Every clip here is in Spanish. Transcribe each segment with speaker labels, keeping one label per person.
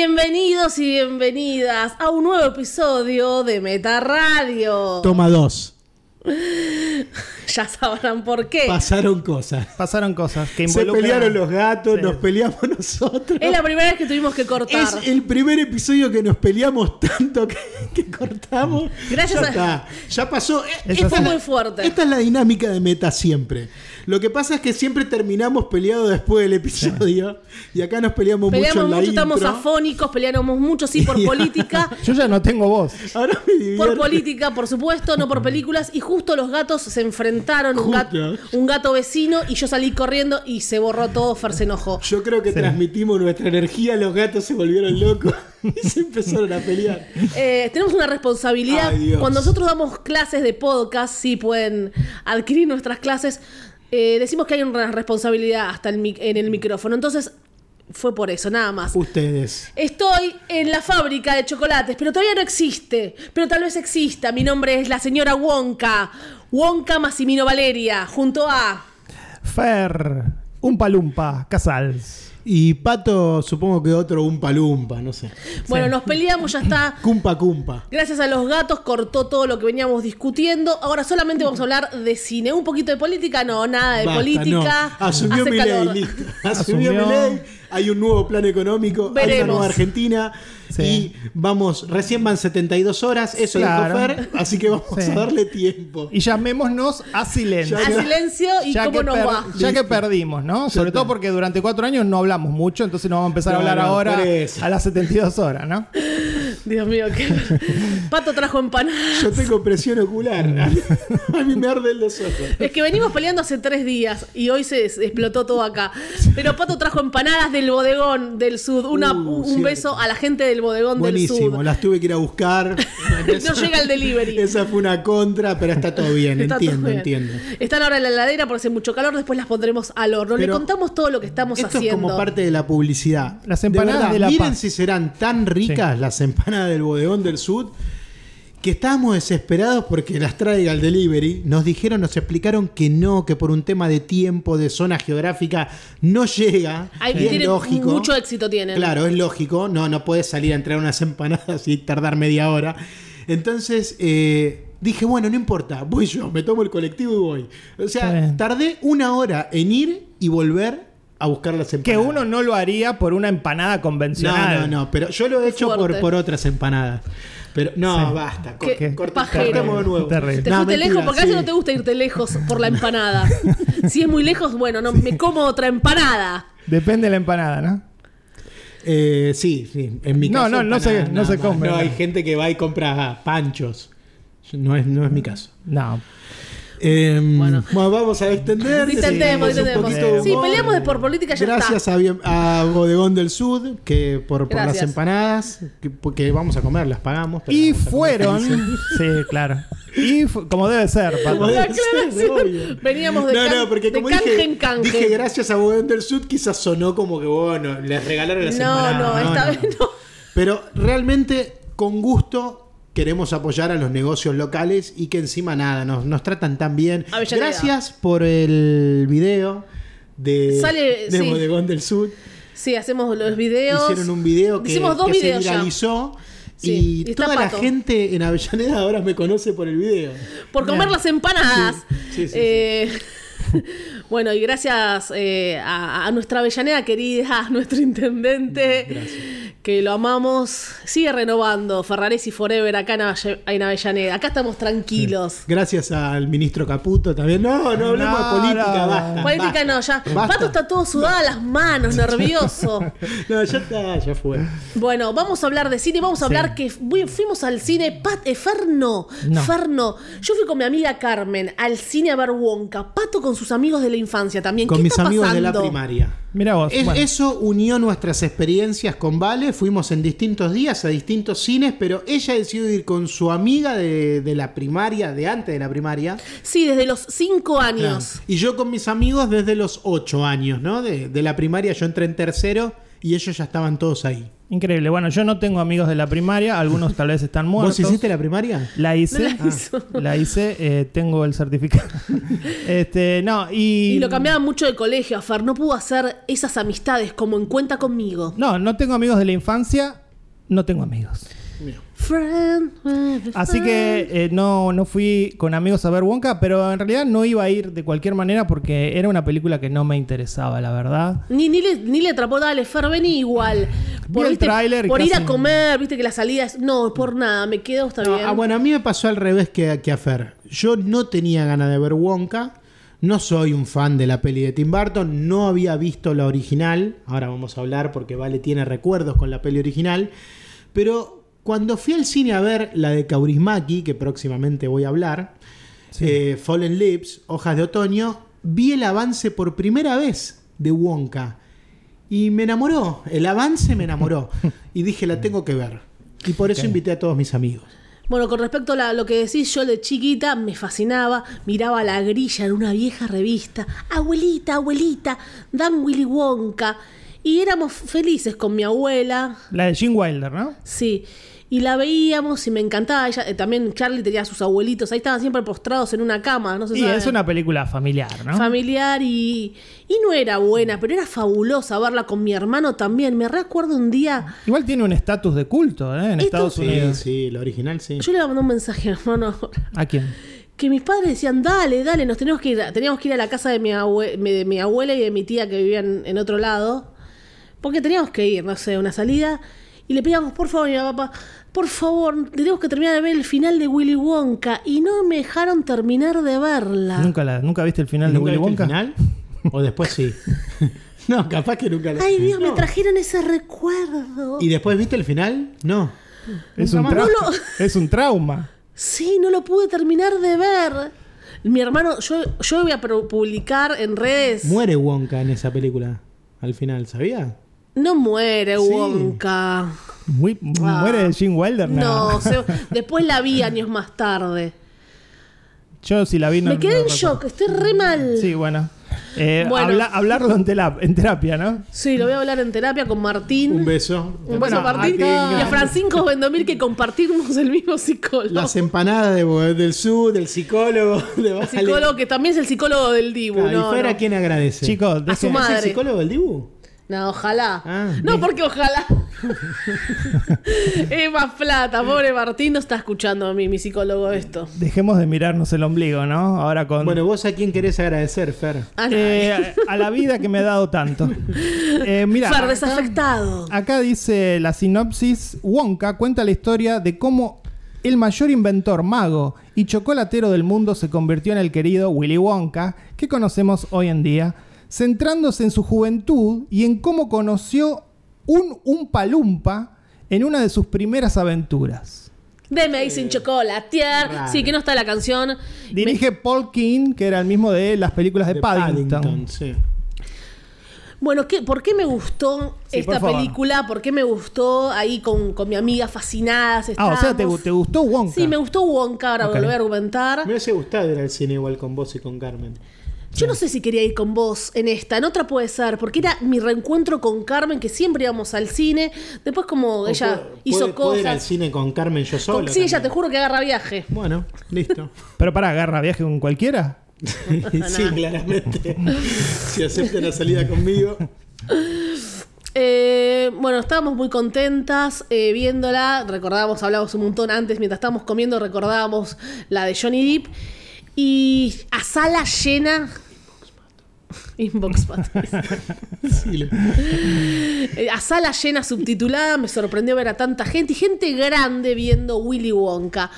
Speaker 1: Bienvenidos y bienvenidas a un nuevo episodio de Meta Radio.
Speaker 2: Toma dos.
Speaker 1: Ya sabrán por qué.
Speaker 2: Pasaron cosas.
Speaker 3: Pasaron cosas que
Speaker 2: Se
Speaker 3: involucran.
Speaker 2: pelearon los gatos,
Speaker 3: Sí.
Speaker 2: nos peleamos nosotros.
Speaker 1: Es la primera vez que tuvimos que cortar.
Speaker 2: Es el primer episodio que nos peleamos tanto que, que cortamos.
Speaker 1: Gracias
Speaker 2: ya
Speaker 1: a-
Speaker 2: está. Ya pasó. E-
Speaker 3: Eso
Speaker 2: esta
Speaker 1: fue
Speaker 2: es la-
Speaker 1: muy fuerte.
Speaker 2: Esta es la dinámica de meta siempre. Lo que pasa es que siempre terminamos peleados después del episodio. Y acá nos peleamos,
Speaker 1: Peleamos
Speaker 2: mucho
Speaker 1: mucho,
Speaker 2: en la
Speaker 1: estamos
Speaker 2: intro.
Speaker 1: afónicos, peleamos mucho, sí, por política.
Speaker 3: Yo ya no tengo voz.
Speaker 2: Ahora me divierto.
Speaker 1: Por política, por supuesto, no por películas. Y justo los gatos se enfrentaron, un,
Speaker 2: Mm. Justo.
Speaker 1: gat- un gato vecino, y yo salí corriendo y se borró todo, Fer se enojó.
Speaker 2: Yo creo que transmitimos nuestra energía, los gatos se volvieron locos y se empezaron a pelear.
Speaker 1: Eh, tenemos una responsabilidad.
Speaker 2: Ay, Dios.
Speaker 1: Cuando nosotros damos clases de podcast, sí pueden adquirir nuestras clases, eh, decimos que hay una responsabilidad hasta el mic- en el micrófono. Entonces, fue por eso, nada más.
Speaker 2: Ustedes.
Speaker 1: Estoy en la fábrica de chocolates, pero todavía no existe. Pero tal vez exista. Mi nombre es la señora Wonka. Wonka Massimino Valeria, junto a...
Speaker 3: Fer, un palumpa, Casals.
Speaker 2: Y Pato, supongo que otro un palumpa, no sé.
Speaker 1: Bueno, nos peleamos, ya está.
Speaker 2: Cumpa cumpa.
Speaker 1: Gracias a los gatos cortó todo lo que veníamos discutiendo. Ahora solamente vamos a hablar de cine. Un poquito de política, no, nada de
Speaker 2: Basta,
Speaker 1: política.
Speaker 2: no. Asumió
Speaker 1: Hace
Speaker 2: mi
Speaker 1: calor.
Speaker 2: ley, listo. Asumió,
Speaker 3: Asumió.
Speaker 2: mi ley. Hay un nuevo plan económico, hay una
Speaker 1: Veremos.
Speaker 2: nueva Argentina.
Speaker 3: Sí.
Speaker 2: Y vamos, recién van 72 horas, eso
Speaker 3: Claro.
Speaker 2: dijo Fer, así que vamos
Speaker 3: Sí.
Speaker 2: a darle tiempo.
Speaker 3: Y llamémonos a silencio.
Speaker 1: A silencio y
Speaker 3: Ya
Speaker 1: cómo
Speaker 3: que,
Speaker 1: nos
Speaker 3: per-
Speaker 1: va.
Speaker 3: ya que perdimos, ¿no? Sobre todo porque durante cuatro años no hablamos mucho, entonces no vamos a empezar a
Speaker 2: Claro,
Speaker 3: hablar ahora
Speaker 2: por eso.
Speaker 3: a las 72 horas, ¿no?
Speaker 1: Dios mío, qué... Pato trajo empanadas.
Speaker 2: Yo tengo presión ocular.
Speaker 3: Mm.
Speaker 2: a mí me arden los ojos.
Speaker 1: Es que venimos peleando hace tres días y hoy se es- explotó todo acá. Pero Pato trajo empanadas del bodegón del sud. Una-
Speaker 2: Uh,
Speaker 1: un
Speaker 2: cierto.
Speaker 1: beso a la gente del bodegón del
Speaker 2: Buenísimo,
Speaker 1: sud.
Speaker 2: las tuve que ir a buscar.
Speaker 1: No llega el delivery.
Speaker 2: Esa fue una contra, pero está todo bien,
Speaker 1: Está todo
Speaker 2: entiendo,
Speaker 1: bien.
Speaker 2: entiendo.
Speaker 1: Están ahora en la heladera porque hace mucho calor, después las pondremos al horno. Le
Speaker 2: Pero
Speaker 1: contamos todo lo que estamos
Speaker 2: Esto
Speaker 1: haciendo.
Speaker 2: es como parte de la publicidad.
Speaker 3: Las empanadas
Speaker 2: verdad,
Speaker 3: de La
Speaker 2: Miren
Speaker 3: Paz.
Speaker 2: si serán tan ricas las empanadas del bodegón del sur que estábamos desesperados porque las traiga el delivery. Nos dijeron, nos explicaron que no, que por un tema de tiempo, de zona geográfica, no llega.
Speaker 1: Ahí
Speaker 2: Y
Speaker 1: tienen-
Speaker 2: es lógico.
Speaker 1: Mucho éxito tienen.
Speaker 2: Claro, es lógico. No, no puedes salir a entrar unas empanadas y tardar media hora. Entonces eh, dije, bueno, no importa, voy yo, me tomo el colectivo y voy. O
Speaker 3: Está
Speaker 2: sea,
Speaker 3: bien.
Speaker 2: tardé una hora en ir y volver a buscar las
Speaker 3: Que
Speaker 2: empanadas.
Speaker 3: uno no lo haría por una empanada
Speaker 2: No,
Speaker 3: convencional.
Speaker 2: no, no, pero yo lo he hecho por,
Speaker 1: fuerte.
Speaker 2: por otras empanadas. Pero no,
Speaker 3: Sí.
Speaker 2: basta,
Speaker 1: Qué
Speaker 2: cor- cortemos-
Speaker 1: pajero.
Speaker 2: cortemos de nuevo.
Speaker 3: Terrible.
Speaker 1: Te
Speaker 2: No,
Speaker 1: fuiste
Speaker 2: mentira,
Speaker 1: lejos porque a veces
Speaker 2: sí.
Speaker 1: no te gusta irte lejos por la empanada. si es muy lejos, bueno, no me como otra empanada.
Speaker 3: Depende de la empanada, ¿no?
Speaker 2: Eh, sí, sí, en mi
Speaker 3: No,
Speaker 2: caso.
Speaker 3: no, no se-
Speaker 2: empanadas,
Speaker 3: no
Speaker 2: nada
Speaker 3: se
Speaker 2: más.
Speaker 3: come,
Speaker 2: No,
Speaker 3: no.
Speaker 2: hay gente que va y compra panchos. No es, no es mi caso.
Speaker 3: No.
Speaker 2: Em,
Speaker 1: Bueno.
Speaker 2: bueno. vamos a extender.
Speaker 1: Distendemos, distendemos. Sí, peleamos de por política, ya
Speaker 2: Gracias a, bien- a Bodegón del Sud que por, por las
Speaker 1: Gracias.
Speaker 2: empanadas, que, porque vamos a comer, las pagamos. pero
Speaker 3: Y
Speaker 2: vamos a comer.
Speaker 3: fueron. Sí, claro. Y fu- como debe ser, Pato.
Speaker 2: Como
Speaker 1: La
Speaker 2: debe ser,
Speaker 1: aclaración.
Speaker 2: obvio.
Speaker 1: Veníamos de
Speaker 2: no,
Speaker 1: can-
Speaker 2: no, porque
Speaker 1: de
Speaker 2: como
Speaker 1: canje
Speaker 2: dije,
Speaker 1: en canje.
Speaker 2: Dije gracias a Bodegón del Sud, quizás sonó como que bueno, les regalaron las
Speaker 1: No,
Speaker 2: empanadas.
Speaker 1: no, esta vez no.
Speaker 2: Pero realmente, con gusto, queremos apoyar a los negocios locales y que encima nada, nos, nos tratan tan bien.
Speaker 1: Avellaneda.
Speaker 2: Gracias por el video de,
Speaker 1: Sale,
Speaker 2: de
Speaker 1: sí.
Speaker 2: Bodegón del Sur.
Speaker 1: Sí, hacemos los videos.
Speaker 2: Hicieron un video que,
Speaker 1: Hicimos dos
Speaker 2: que se
Speaker 1: videos ya.
Speaker 2: viralizó.
Speaker 1: Sí,
Speaker 2: Y,
Speaker 1: y está
Speaker 2: toda la
Speaker 1: Pato.
Speaker 2: gente en Avellaneda ahora me conoce por el video.
Speaker 1: Por comer
Speaker 3: Bien.
Speaker 1: las empanadas.
Speaker 2: Sí, sí, sí,
Speaker 1: Eh, bueno, y gracias eh, a, a nuestra Avellaneda querida, a nuestro intendente, que lo amamos. Sigue renovando Ferraresi Forever acá en Avelle- en Avellaneda. Acá estamos tranquilos.
Speaker 2: Gracias al ministro Caputo también. No, no hablemos
Speaker 3: No,
Speaker 2: de política,
Speaker 3: no.
Speaker 2: basta.
Speaker 1: Política
Speaker 2: basta.
Speaker 1: no, ya.
Speaker 2: Basta.
Speaker 1: Pato está todo sudado a las manos, nervioso.
Speaker 2: No, ya está, ya fue.
Speaker 1: Bueno, vamos a hablar de cine, vamos a
Speaker 3: Sí.
Speaker 1: hablar que fui- fuimos al cine, Pat, eh, Ferno,
Speaker 3: No.
Speaker 1: Ferno. Yo fui con mi amiga Carmen al cine a ver Wonka, Pato con sus amigos de la infancia también.
Speaker 2: Con
Speaker 1: ¿Qué
Speaker 2: mis
Speaker 1: está
Speaker 2: amigos de la
Speaker 1: pasando?
Speaker 2: primaria.
Speaker 3: Mira vos.
Speaker 2: Es-
Speaker 3: bueno.
Speaker 2: Eso unió nuestras experiencias con Vale. Fuimos en distintos días a distintos cines, pero ella decidió ir con su amiga de, de la primaria, de antes de la primaria.
Speaker 1: Sí, desde los 5 años.
Speaker 2: Y yo con mis amigos desde los 8 años, ¿no? De, de la primaria yo entré en tercero y ellos ya estaban todos ahí.
Speaker 3: Increíble. Bueno, yo no tengo amigos de la primaria, algunos tal vez están muertos.
Speaker 2: ¿Vos hiciste la primaria?
Speaker 3: La hice, Ah.
Speaker 1: No la hizo.
Speaker 3: la hice, eh, tengo el certificado. este, no, y.
Speaker 1: Y lo cambiaban mucho de colegio a Fer. No pudo hacer esas amistades como en cuenta conmigo.
Speaker 3: No, no tengo amigos de la infancia, no tengo amigos.
Speaker 1: Friend,
Speaker 3: Así que eh, no, no fui con amigos a ver Wonka, pero en realidad no iba a ir de cualquier manera porque era una película que no me interesaba, la verdad.
Speaker 1: Ni, ni, le, ni le atrapó, dale, Fer, vení igual.
Speaker 3: Vi el tráiler y
Speaker 1: por ir
Speaker 3: casi
Speaker 1: a
Speaker 3: no.
Speaker 1: comer, viste que la salida es. No, por nada, me quedo, está
Speaker 2: No,
Speaker 1: bien.
Speaker 2: ah, bueno, a mí me pasó al revés que, que a Fer. Yo no tenía ganas de ver Wonka. No soy un fan de la peli de Tim Burton. No había visto la original. Ahora vamos a hablar porque Vale tiene recuerdos con la peli original. Pero cuando fui al cine a ver la de Kaurismaki, que próximamente voy a hablar, eh, Fallen Lips, Hojas de Otoño, vi el avance por primera vez de Wonka. Y me enamoró. El avance me enamoró. Y dije, la tengo que ver. Y por eso invité a todos mis amigos.
Speaker 1: Bueno, con respecto a la- lo que decís, yo de chiquita me fascinaba, miraba la grilla en una vieja revista, abuelita, abuelita, Dan Willy Wonka, y éramos felices con mi abuela,
Speaker 3: La de Gene Wilder, ¿no?
Speaker 1: sí, y la veíamos y me encantaba, ella, eh, también Charlie tenía a sus abuelitos, ahí estaban siempre postrados en una cama, no sé
Speaker 3: Y es una película familiar, ¿no?
Speaker 1: familiar y, y no era buena, pero era fabulosa verla con mi hermano también, me recuerdo un día...
Speaker 3: Igual tiene un estatus de culto, ¿eh? En
Speaker 1: Esto-
Speaker 3: Estados
Speaker 1: Sí,
Speaker 3: Unidos.
Speaker 2: sí, la original sí.
Speaker 1: Yo le mandé un mensaje a mi hermano ahora.
Speaker 3: ¿A quién?
Speaker 1: que mis padres decían, dale, dale, nos tenemos que ir, a- teníamos que ir a la casa de mi, abue- mi- de mi abuela y de mi tía que vivían en otro lado, porque teníamos que ir, no sé, una salida, y le pedíamos, por favor, mi papá, por favor, tenemos que terminar de ver el final de Willy Wonka, y no me dejaron terminar de verla.
Speaker 3: ¿Nunca, la, ¿Nunca viste el final
Speaker 2: ¿Nunca
Speaker 3: de Willy
Speaker 2: viste el
Speaker 3: Wonka?
Speaker 2: final? ¿O después sí? no, capaz que nunca lo
Speaker 1: Ay Dios, me
Speaker 2: No.
Speaker 1: trajeron ese recuerdo.
Speaker 2: ¿Y después viste el final? No.
Speaker 3: Es, un
Speaker 2: Nunca
Speaker 3: trauma.
Speaker 2: más.
Speaker 3: es un trauma.
Speaker 1: Sí, no lo pude terminar de ver. Mi hermano, yo, yo voy a pro- publicar en redes.
Speaker 2: Muere Wonka en esa película. Al final, ¿sabía?
Speaker 1: no muere
Speaker 2: Sí.
Speaker 1: Wonka.
Speaker 3: Muy- ¿Muere de Gene Wilder?
Speaker 1: Ah. No, se- después la vi años más tarde.
Speaker 3: Yo si la vi no
Speaker 1: Me quedé
Speaker 3: no
Speaker 1: en
Speaker 3: recuerdo.
Speaker 1: shock, estoy re mal. Sí.
Speaker 3: Sí, bueno. Eh,
Speaker 1: Bueno.
Speaker 3: habla- hablarlo en, tela- en terapia, ¿no?
Speaker 1: lo voy a hablar en terapia con Martín.
Speaker 2: Un beso.
Speaker 1: Un
Speaker 3: Bueno,
Speaker 1: beso a Martín.
Speaker 2: acá-
Speaker 1: Y a Francisco Vendomil que compartimos el mismo psicólogo.
Speaker 2: Las empanadas de Bo- del sur, del psicólogo, de Vale.
Speaker 1: psicólogo que también es el psicólogo del Dibu.
Speaker 2: Claro,
Speaker 1: no,
Speaker 2: ¿Y Fer a
Speaker 1: no.
Speaker 2: quién agradece?
Speaker 3: Chicos,
Speaker 1: A su
Speaker 3: dejen-
Speaker 1: madre.
Speaker 2: ¿Es el psicólogo del Dibu?
Speaker 1: No, ojalá.
Speaker 2: Ah,
Speaker 1: no,
Speaker 2: bien.
Speaker 1: porque ojalá. es más plata, pobre Martín. No está escuchando a mí, mi psicólogo, esto.
Speaker 3: dejemos de mirarnos el ombligo, ¿no? Ahora con...
Speaker 2: Bueno, ¿vos a quién querés agradecer, Fer?
Speaker 1: Ah, no.
Speaker 3: Eh, a la vida que me ha dado tanto. Eh, mira,
Speaker 1: Fer,
Speaker 3: acá,
Speaker 1: desafectado.
Speaker 3: acá dice la sinopsis, Wonka cuenta la historia de cómo el mayor inventor, mago y chocolatero del mundo se convirtió en el querido Willy Wonka que conocemos hoy en día, centrándose en su juventud y en cómo conoció un palumpa en una de sus primeras aventuras.
Speaker 1: De Amazing Chocolatier.
Speaker 2: raro.
Speaker 1: Sí, que no está la canción.
Speaker 3: Dirige Paul King, que era el mismo de las películas de,
Speaker 2: De
Speaker 3: Paddington.
Speaker 2: sí.
Speaker 1: Bueno, ¿qué, ¿por qué me gustó
Speaker 3: Sí,
Speaker 1: esta
Speaker 3: por favor.
Speaker 1: película? ¿Por qué me gustó ahí con, con mi amiga fascinada?
Speaker 3: Ah, o sea, ¿te, gu- te gustó Wonka?
Speaker 1: Sí, me gustó Wonka, ahora
Speaker 3: Ok.
Speaker 1: volver a argumentar.
Speaker 2: Me hubiese gustado ir al cine igual con vos y con Carmen.
Speaker 1: Yo no sé si quería ir con vos en esta, en otra puede ser, porque era mi reencuentro con Carmen, que siempre íbamos al cine. Después, como ella
Speaker 2: O puede-
Speaker 1: hizo
Speaker 2: puede- puede ir al
Speaker 1: cosas.
Speaker 2: cine con Carmen yo solo.
Speaker 1: Con- sí, ella te
Speaker 2: también.
Speaker 1: juro que agarra viaje.
Speaker 2: Bueno, listo.
Speaker 3: Pero para, agarra viaje con cualquiera.
Speaker 2: sí, claramente. si aceptan la salida conmigo.
Speaker 1: Eh, bueno, estábamos muy contentas eh, viéndola. Recordábamos, hablábamos un montón antes, mientras estábamos comiendo, recordábamos la de Johnny Depp. Y a sala llena. Inbox Patricia.
Speaker 2: Sí, le-
Speaker 1: Eh, A sala llena subtitulada, me sorprendió ver a tanta gente y gente grande viendo Willy Wonka.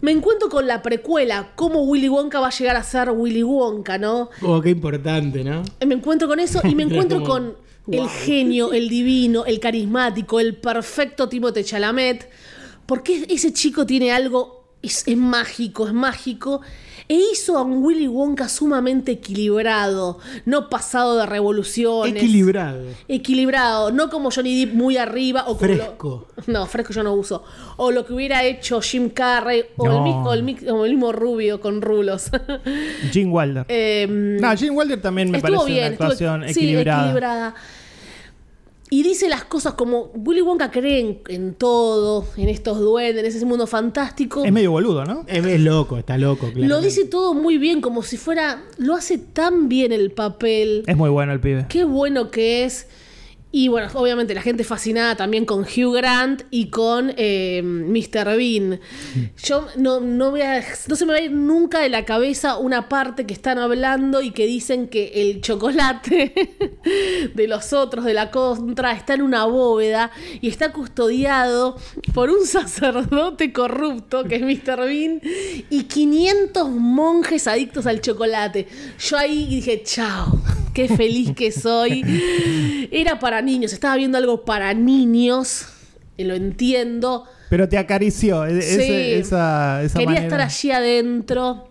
Speaker 1: Me encuentro con la precuela, cómo Willy Wonka va a llegar a ser Willy Wonka, ¿no?
Speaker 2: Oh, qué importante, ¿no?
Speaker 1: Eh, Me encuentro con eso y me encuentro
Speaker 2: Como,
Speaker 1: con el genio, el divino, el carismático, el perfecto Timothée Chalamet. Porque ese chico tiene algo, es, es mágico, es mágico. E hizo a un Willy Wonka sumamente equilibrado, no pasado de revoluciones.
Speaker 2: Equilibrado.
Speaker 1: Equilibrado, no como Johnny Depp muy arriba o como lo-
Speaker 2: Fresco.
Speaker 1: no, fresco yo no uso. O lo que hubiera hecho Jim Carrey o
Speaker 3: No.
Speaker 1: el, mismo, el mi- o el mismo rubio con rulos.
Speaker 3: Gene Wilder.
Speaker 1: Em,
Speaker 3: no, Gene Wilder también me
Speaker 1: estuvo
Speaker 3: parece
Speaker 1: bien,
Speaker 3: una actuación
Speaker 1: estuvo- sí,
Speaker 3: equilibrada.
Speaker 1: equilibrada. Y dice las cosas como Willy Wonka cree en, en todo, en estos duendes, en ese mundo fantástico.
Speaker 3: Es medio boludo, ¿no?
Speaker 2: Es, es loco, está loco, claro.
Speaker 1: Lo dice todo muy bien, como si fuera. Lo hace tan bien el papel.
Speaker 3: Es muy bueno el pibe.
Speaker 1: Qué bueno que es. Y bueno, obviamente la gente fascinada también con Hugh Grant y con eh, Mr. Bean. Yo no, no, voy a- no se me va a ir nunca de la cabeza una parte que están hablando y que dicen que el chocolate de los otros, de la contra, está en una bóveda y está custodiado por un sacerdote corrupto que es Mr. Bean y 500 monjes adictos al chocolate. Yo ahí dije, chao, qué feliz que soy. Era para niños, estaba viendo algo para niños, y lo entiendo.
Speaker 3: Pero te acarició e- ese-
Speaker 1: Sí.
Speaker 3: esa, esa
Speaker 1: Quería
Speaker 3: manera. Ah.
Speaker 1: estar allí adentro.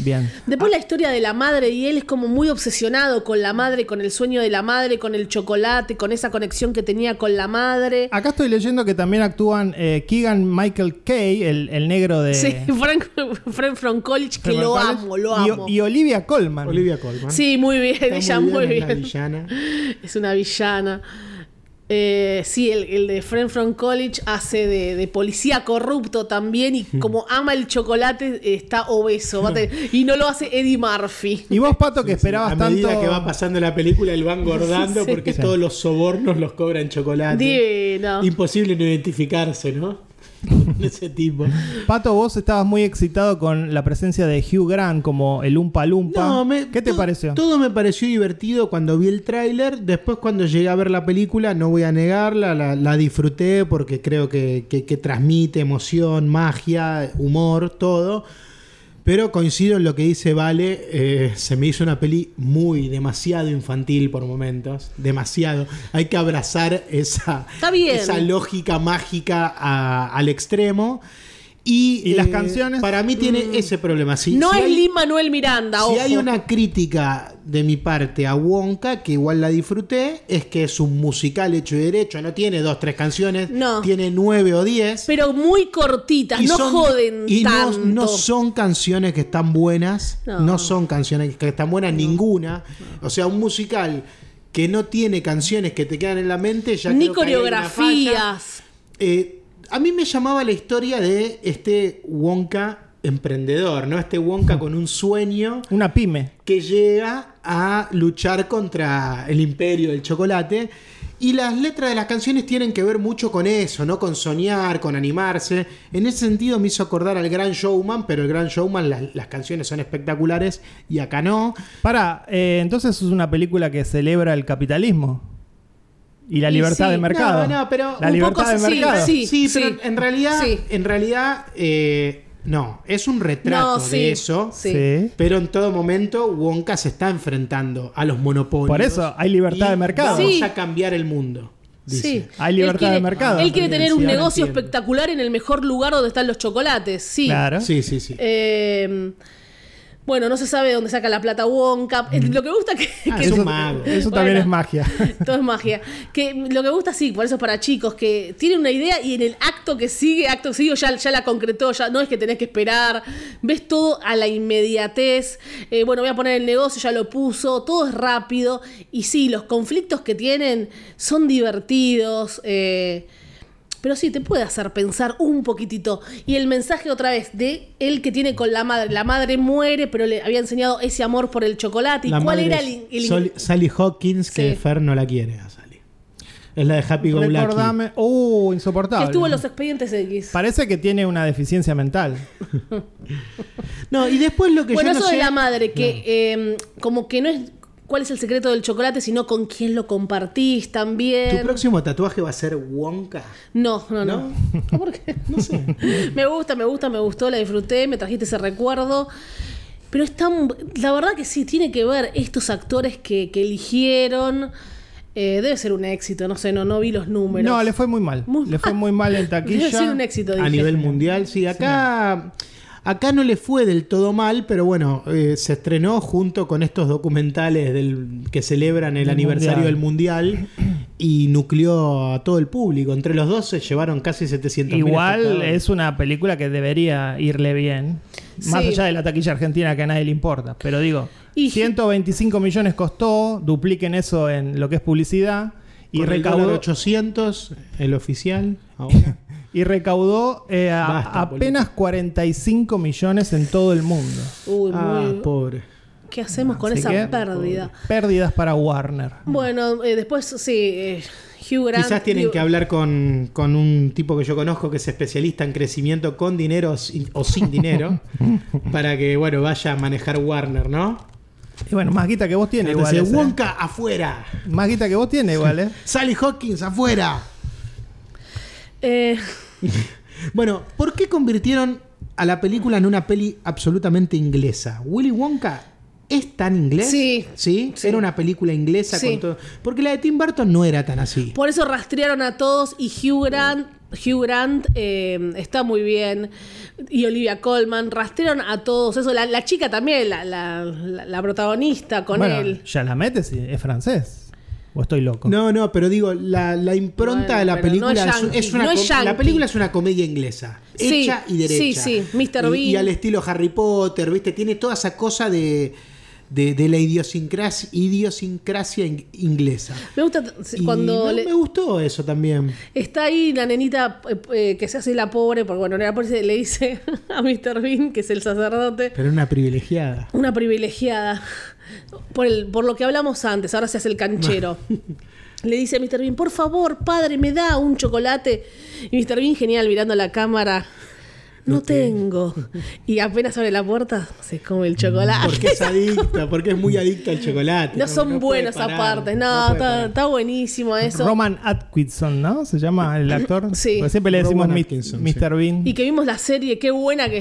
Speaker 3: Bien.
Speaker 1: Después la historia de la madre y él es como muy obsesionado con la madre, con el sueño de la madre, con el chocolate, con esa conexión que tenía con la madre.
Speaker 3: Acá estoy leyendo que también actúan eh, Keegan Michael Kay, el, el negro de.
Speaker 1: Sí, Frank, Frank from College, que
Speaker 3: Trevor
Speaker 1: lo
Speaker 3: College,
Speaker 1: amo, lo
Speaker 3: eh. y-
Speaker 1: amo.
Speaker 3: Y, Olivia Colman.
Speaker 2: Olivia Colman.
Speaker 1: Sí, muy bien,
Speaker 2: Está
Speaker 1: ella muy
Speaker 2: es
Speaker 1: bien.
Speaker 2: la villana.
Speaker 1: Es una villana. Eh, sí, el, el de Friend from College hace de, de policía corrupto también y
Speaker 2: Hmm.
Speaker 1: como ama el chocolate eh, está obeso va a tener- y no lo hace Eddie Murphy.
Speaker 3: Y vos, Pato, que
Speaker 2: a
Speaker 3: esperabas
Speaker 2: medida
Speaker 3: tanto.
Speaker 2: que va pasando la película, él va engordando
Speaker 1: Sí.
Speaker 2: porque
Speaker 3: Sí.
Speaker 2: todos los sobornos los cobran chocolate.
Speaker 1: Divino.
Speaker 2: Imposible no identificarse, ¿no? Con ese tipo.
Speaker 3: Pato, vos estabas muy excitado con la presencia de Hugh Grant como el Umpa Lumpa.
Speaker 2: No, me-
Speaker 3: ¿Qué te
Speaker 2: to-
Speaker 3: pareció?
Speaker 2: Todo me pareció divertido cuando vi el tráiler. Después cuando llegué a ver la película, no voy a negarla, la, la disfruté porque creo que, que- que transmite emoción, magia, humor, todo. Pero coincido en lo que dice Vale, eh, se me hizo una peli muy demasiado infantil por momentos, demasiado. Hay que abrazar esa,
Speaker 1: Está bien.
Speaker 2: esa lógica mágica a- al extremo. Y, eh,
Speaker 3: ¿Y las canciones? Mm.
Speaker 2: Para mí tiene ese problema. Si-
Speaker 1: no
Speaker 2: si
Speaker 1: es
Speaker 2: hay-
Speaker 1: Lin Manuel Miranda,
Speaker 2: si
Speaker 1: Ah, ojo.
Speaker 2: hay una crítica de mi parte a Wonka, que igual la disfruté, es que es un musical hecho y derecho, no tiene dos, tres canciones,
Speaker 1: No.
Speaker 2: tiene nueve o diez.
Speaker 1: Pero muy cortitas,
Speaker 2: y
Speaker 1: no
Speaker 2: son-
Speaker 1: joden
Speaker 2: y no-
Speaker 1: tanto.
Speaker 2: No, son canciones que están buenas,
Speaker 1: No.
Speaker 2: no, son canciones que están buenas ninguna. O sea, un musical que no tiene canciones que te quedan en la mente, ya
Speaker 1: Ni
Speaker 2: creo que ahí hay una falla.
Speaker 1: coreografías.
Speaker 2: Eh, a mí me llamaba la historia de este Wonka emprendedor, ¿no? Este
Speaker 1: Mm.
Speaker 2: Wonka con un sueño
Speaker 3: Una pyme.
Speaker 2: que llega a luchar contra el imperio del chocolate. Y las letras de las canciones tienen que ver mucho con eso, ¿no? Con soñar, con animarse. En ese sentido me hizo acordar al Gran Showman, pero el Gran Showman las, las canciones son espectaculares y acá no.
Speaker 3: Pará, eh, entonces es una película que celebra el capitalismo y la
Speaker 1: Y
Speaker 3: libertad
Speaker 1: sí,
Speaker 3: de mercado.
Speaker 2: no, no, pero
Speaker 3: la
Speaker 1: un
Speaker 3: libertad
Speaker 1: poco
Speaker 3: de
Speaker 1: sí,
Speaker 3: mercado.
Speaker 1: sí.
Speaker 2: pero en realidad,
Speaker 1: sí.
Speaker 2: en realidad, eh, no, es un retrato
Speaker 1: No, sí,
Speaker 2: de eso.
Speaker 1: sí.
Speaker 3: Sí.
Speaker 2: Pero en todo momento Wonka se está enfrentando a los monopolios.
Speaker 3: Por eso hay libertad
Speaker 2: Y
Speaker 3: de mercado.
Speaker 2: Vamos
Speaker 1: Sí.
Speaker 2: a cambiar el mundo. dice.
Speaker 1: Sí.
Speaker 3: Hay
Speaker 1: Él
Speaker 3: libertad
Speaker 1: quiere-
Speaker 3: de mercado.
Speaker 1: Él quiere tener un
Speaker 2: Ahora
Speaker 1: negocio
Speaker 2: entiendo.
Speaker 1: espectacular en el mejor lugar donde están los chocolates, sí.
Speaker 3: Claro.
Speaker 2: Sí, sí, sí.
Speaker 1: Eh, bueno, no se sabe de dónde saca la plata Wonka. Eh, Lo que me gusta que,
Speaker 2: Ah,
Speaker 1: que-
Speaker 2: es
Speaker 3: Eso,
Speaker 2: un mago.
Speaker 3: eso también
Speaker 1: Bueno.
Speaker 3: es magia.
Speaker 1: todo es magia. Que lo que me gusta sí, por eso es para chicos que tienen una idea y en el acto que sigue, acto seguido ya, ya la concretó, ya no es que tenés que esperar. Ves todo a la inmediatez. Eh, bueno, voy a poner el negocio, ya lo puso, todo es rápido y sí, los conflictos que tienen son divertidos. eh, pero sí, te puede hacer pensar un poquitito. Y el mensaje otra vez de él que tiene con la madre. La madre muere, pero le había enseñado ese amor por el chocolate. ¿Y
Speaker 2: La
Speaker 1: cuál
Speaker 2: madre
Speaker 1: era
Speaker 2: es
Speaker 1: el, el-
Speaker 2: Sol- Sally Hawkins, que
Speaker 1: Sí.
Speaker 2: Fer no la quiere a Sally. Es la de Happy Go Lucky.
Speaker 3: Recordame. Uh,
Speaker 1: que
Speaker 3: insoportable.
Speaker 1: estuvo en los expedientes X?
Speaker 3: Parece que tiene una deficiencia mental.
Speaker 2: No, y después lo que
Speaker 1: Bueno,
Speaker 2: yo no
Speaker 1: eso
Speaker 2: sé-
Speaker 1: de la madre, que eh, como que no es cuál es el secreto del chocolate, sino con quién lo compartís
Speaker 2: ¿Tu
Speaker 1: también.
Speaker 2: próximo tatuaje va a ser Wonka?
Speaker 1: No, no, no. ¿Por qué?
Speaker 2: No sé.
Speaker 1: me gusta, me gusta, me gustó, la disfruté, me trajiste ese recuerdo. Pero es tan. La verdad que sí, tiene que ver estos actores que, que eligieron. Eh, debe ser un éxito, no sé, no, no vi los números.
Speaker 3: No, le fue muy mal.
Speaker 1: Muy
Speaker 3: le fue muy mal en
Speaker 1: Debe ser
Speaker 3: taquilla.
Speaker 1: un éxito,
Speaker 2: a
Speaker 1: dije.
Speaker 2: nivel mundial, sí. Acá, acá no le fue del todo mal, pero bueno, eh, se estrenó junto con estos documentales del, que celebran el
Speaker 3: Del
Speaker 2: aniversario del
Speaker 3: Mundial.
Speaker 2: Mundial y nucleó a todo el público. Entre los dos se llevaron casi 700
Speaker 3: Igual es una película que debería irle bien. Más
Speaker 1: Sí.
Speaker 3: allá de la taquilla argentina que a nadie le importa. Pero digo,
Speaker 1: Y-
Speaker 3: 125 millones costó, dupliquen eso en lo que es publicidad. Y
Speaker 2: Por el dólar
Speaker 3: recaudó,
Speaker 2: 800, el oficial, ahora.
Speaker 3: y recaudó eh, a-
Speaker 2: Basta,
Speaker 3: apenas 45 millones en todo el mundo.
Speaker 1: Uy,
Speaker 2: ah,
Speaker 1: muy-
Speaker 2: pobre.
Speaker 1: ¿Qué hacemos con
Speaker 3: Así
Speaker 1: esa
Speaker 3: que,
Speaker 1: pérdida?
Speaker 3: Pérdidas para Warner.
Speaker 1: Bueno, eh, después sí, eh, Hugh Grant.
Speaker 2: Quizás tienen
Speaker 1: digo-
Speaker 2: que hablar con, con un tipo que yo conozco que es especialista en crecimiento con dinero o sin- o sin dinero para que, bueno, vaya a manejar Warner, ¿no?
Speaker 3: Y bueno, más guita que vos tiene igual.
Speaker 2: Entonces,
Speaker 3: ese, ¿eh?
Speaker 2: Wonka afuera,
Speaker 3: Más guita que vos tiene igual, ¿eh?
Speaker 2: Sally Hawkins afuera.
Speaker 1: Eh,
Speaker 2: Bueno, ¿por qué convirtieron a la película en una peli absolutamente inglesa? Willy Wonka es tan inglés.
Speaker 1: Sí.
Speaker 2: Sí,
Speaker 1: Sí.
Speaker 2: era una película inglesa
Speaker 1: Sí.
Speaker 2: con todo. Porque la de Tim Burton no era tan así.
Speaker 1: por eso rastrearon a todos y Hugh Grant. Hugh Grant eh, está muy bien. Y Olivia Colman. Rastrearon a todos. Eso, la, la chica también, la, la- la- la protagonista con
Speaker 3: bueno,
Speaker 1: él.
Speaker 3: Ya la metes y es francés. ¿O estoy loco?
Speaker 2: No, no, pero digo, la, la impronta
Speaker 1: Bueno,
Speaker 2: de la
Speaker 1: pero no
Speaker 2: película
Speaker 1: es
Speaker 2: es un- es,
Speaker 1: yankee,
Speaker 2: una
Speaker 1: no es
Speaker 2: com-
Speaker 1: yankee.
Speaker 2: La película es una comedia inglesa.
Speaker 1: Sí,
Speaker 2: hecha y derecha.
Speaker 1: sí, sí, Mr.
Speaker 2: Y-
Speaker 1: Bean.
Speaker 2: Y, al estilo Harry Potter, ¿viste? Tiene toda esa cosa de, de, de la idiosincrasia, idiosincrasia ing- inglesa.
Speaker 1: Me gusta t-
Speaker 2: Y
Speaker 1: cuando.
Speaker 2: no,
Speaker 1: le-
Speaker 2: me gustó eso también.
Speaker 1: Está ahí la nenita eh, eh, que se hace la pobre, porque bueno, la pobre se- le dice a Mr. Bean, que es el sacerdote,
Speaker 2: Pero era una privilegiada.
Speaker 1: una privilegiada, por, el, por lo que hablamos antes, ahora se hace el canchero. Le dice a Mr. Bean, por favor, padre, me da un chocolate. Y Mr. Bean, genial, mirando la cámara. No, tengo. Y apenas abre la puerta, se come el chocolate.
Speaker 2: Porque es adicta, porque es muy adicta al chocolate.
Speaker 1: No son
Speaker 2: puede
Speaker 1: buenos
Speaker 2: parar,
Speaker 1: aparte.
Speaker 2: no
Speaker 1: No,
Speaker 2: puede
Speaker 1: está,
Speaker 2: parar.
Speaker 1: está buenísimo eso.
Speaker 3: Roman Atkinson, ¿no? Se llama el actor.
Speaker 1: Sí.
Speaker 3: Porque siempre le decimos
Speaker 2: Rowan
Speaker 3: mi-
Speaker 2: Atkinson, sí.
Speaker 3: Mr. Bean.
Speaker 1: Y que vimos la serie, qué buena que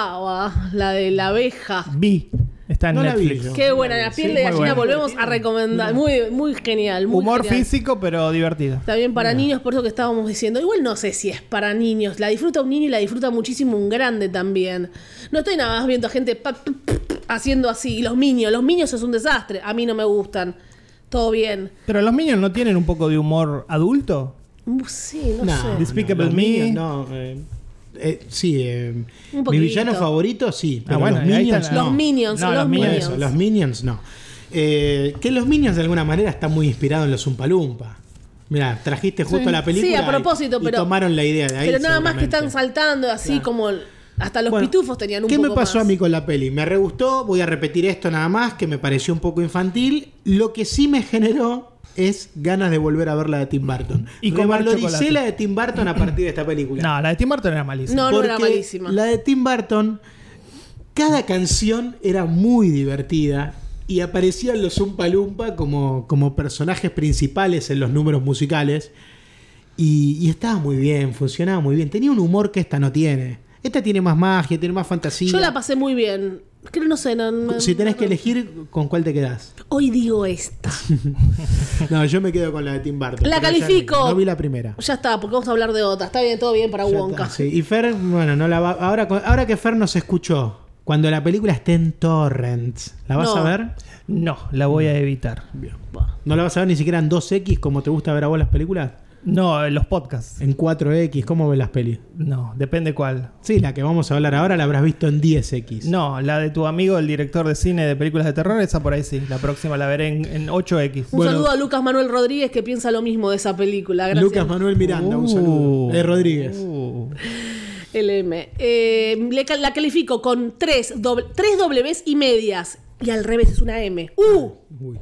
Speaker 1: estaba, la de la abeja.
Speaker 3: Vi. Está en
Speaker 2: No la vi
Speaker 3: Netflix.
Speaker 2: yo.
Speaker 1: Qué buena, la piel de
Speaker 3: Sí, muy
Speaker 1: gallina,
Speaker 3: buena.
Speaker 1: volvemos a recomendar. Muy, muy genial. Muy
Speaker 3: Humor
Speaker 1: genial.
Speaker 3: físico, pero divertido.
Speaker 1: También para niños, por eso que estábamos diciendo. Igual no sé si es para niños. La disfruta un niño y la disfruta muchísimo un grande también. No estoy nada más viendo a gente pa- pa- pa- pa- haciendo así. Y los niños, los niños es un desastre. A mí no me gustan. Todo bien.
Speaker 3: Pero los niños no tienen un poco de humor adulto.
Speaker 1: Uh, sí, no
Speaker 2: No,
Speaker 1: sé.
Speaker 3: Despicable
Speaker 2: los
Speaker 3: Me.
Speaker 2: niños no, eh, eh, sí, eh, mi
Speaker 1: poquito.
Speaker 2: villano favorito, sí.
Speaker 3: Ah,
Speaker 2: Pero
Speaker 3: bueno,
Speaker 2: los
Speaker 3: ahí
Speaker 2: Minions,
Speaker 3: está la-
Speaker 2: no.
Speaker 1: Los Minions,
Speaker 3: No,
Speaker 1: los
Speaker 3: los
Speaker 2: Por
Speaker 1: Minions.
Speaker 2: eso, los Minions, no. Eh, que los Minions de alguna manera están muy inspirados en los Zumpalumpa. Mira, trajiste justo
Speaker 3: Sí.
Speaker 2: la película.
Speaker 1: Sí, a propósito,
Speaker 2: y- y
Speaker 1: pero-
Speaker 2: tomaron la idea de ahí.
Speaker 1: Pero nada más que
Speaker 2: seguramente.
Speaker 1: están saltando así como. Hasta los
Speaker 2: Bueno,
Speaker 1: pitufos tenían un
Speaker 2: ¿Qué
Speaker 1: poco
Speaker 2: me pasó
Speaker 1: más.
Speaker 2: a mí con la peli? Me re gustó, voy a repetir esto nada más, que me pareció un poco infantil. Lo que sí me generó es ganas de volver a ver la de Tim Burton.
Speaker 3: Y
Speaker 2: Y
Speaker 3: comer
Speaker 2: revaloricé
Speaker 3: chocolate.
Speaker 2: la de Tim Burton a partir de esta película.
Speaker 3: No, la de Tim Burton era malísima.
Speaker 1: No, no era
Speaker 2: Porque
Speaker 1: malísima.
Speaker 2: La de Tim Burton, cada canción era muy divertida y aparecían los Umpa Lumpa como, como personajes principales en los números musicales. Y, y estaba muy bien, funcionaba muy bien. Tenía un humor que esta no tiene. Esta tiene más magia, tiene más fantasía.
Speaker 1: Yo la pasé muy bien. Creo, no sé. no- no-
Speaker 2: si tenés
Speaker 1: no-
Speaker 2: que elegir, ¿con cuál te quedás?
Speaker 1: Hoy digo esta.
Speaker 2: No, yo me quedo con la de Tim Burton.
Speaker 1: La
Speaker 2: pero ya
Speaker 1: califico.
Speaker 2: No vi la primera.
Speaker 1: Ya está, porque vamos a hablar de otra. Está bien, todo bien para
Speaker 2: Ya
Speaker 1: Wonka.
Speaker 2: está, sí. Y Fer, bueno, no la va- ahora, con- ahora que Fer nos escuchó, cuando la película esté en torrents, ¿la vas
Speaker 1: No.
Speaker 2: a ver?
Speaker 3: No, la voy a evitar.
Speaker 2: ¿No la vas a ver ni siquiera en 2X como te gusta ver a vos las películas?
Speaker 3: No, eh, los podcasts.
Speaker 2: En 4X, ¿cómo ves las pelis?
Speaker 3: No, depende cuál.
Speaker 2: Sí, la que vamos a hablar ahora la habrás visto en 10X.
Speaker 3: No, la de tu amigo, el director de cine de películas de terror, esa por ahí sí. La próxima la veré en, en 8X.
Speaker 1: Un
Speaker 2: Bueno.
Speaker 1: saludo a Lucas Manuel Rodríguez que piensa lo mismo de esa película. Gracias.
Speaker 2: Lucas Manuel Miranda, un saludo.
Speaker 3: Uh.
Speaker 2: Eh, Rodríguez.
Speaker 3: Uh.
Speaker 1: LM. Eh, le cal- la califico con tres, doble- tres Ws y medias. Y al revés es una M. ¡Uh!
Speaker 2: Uy.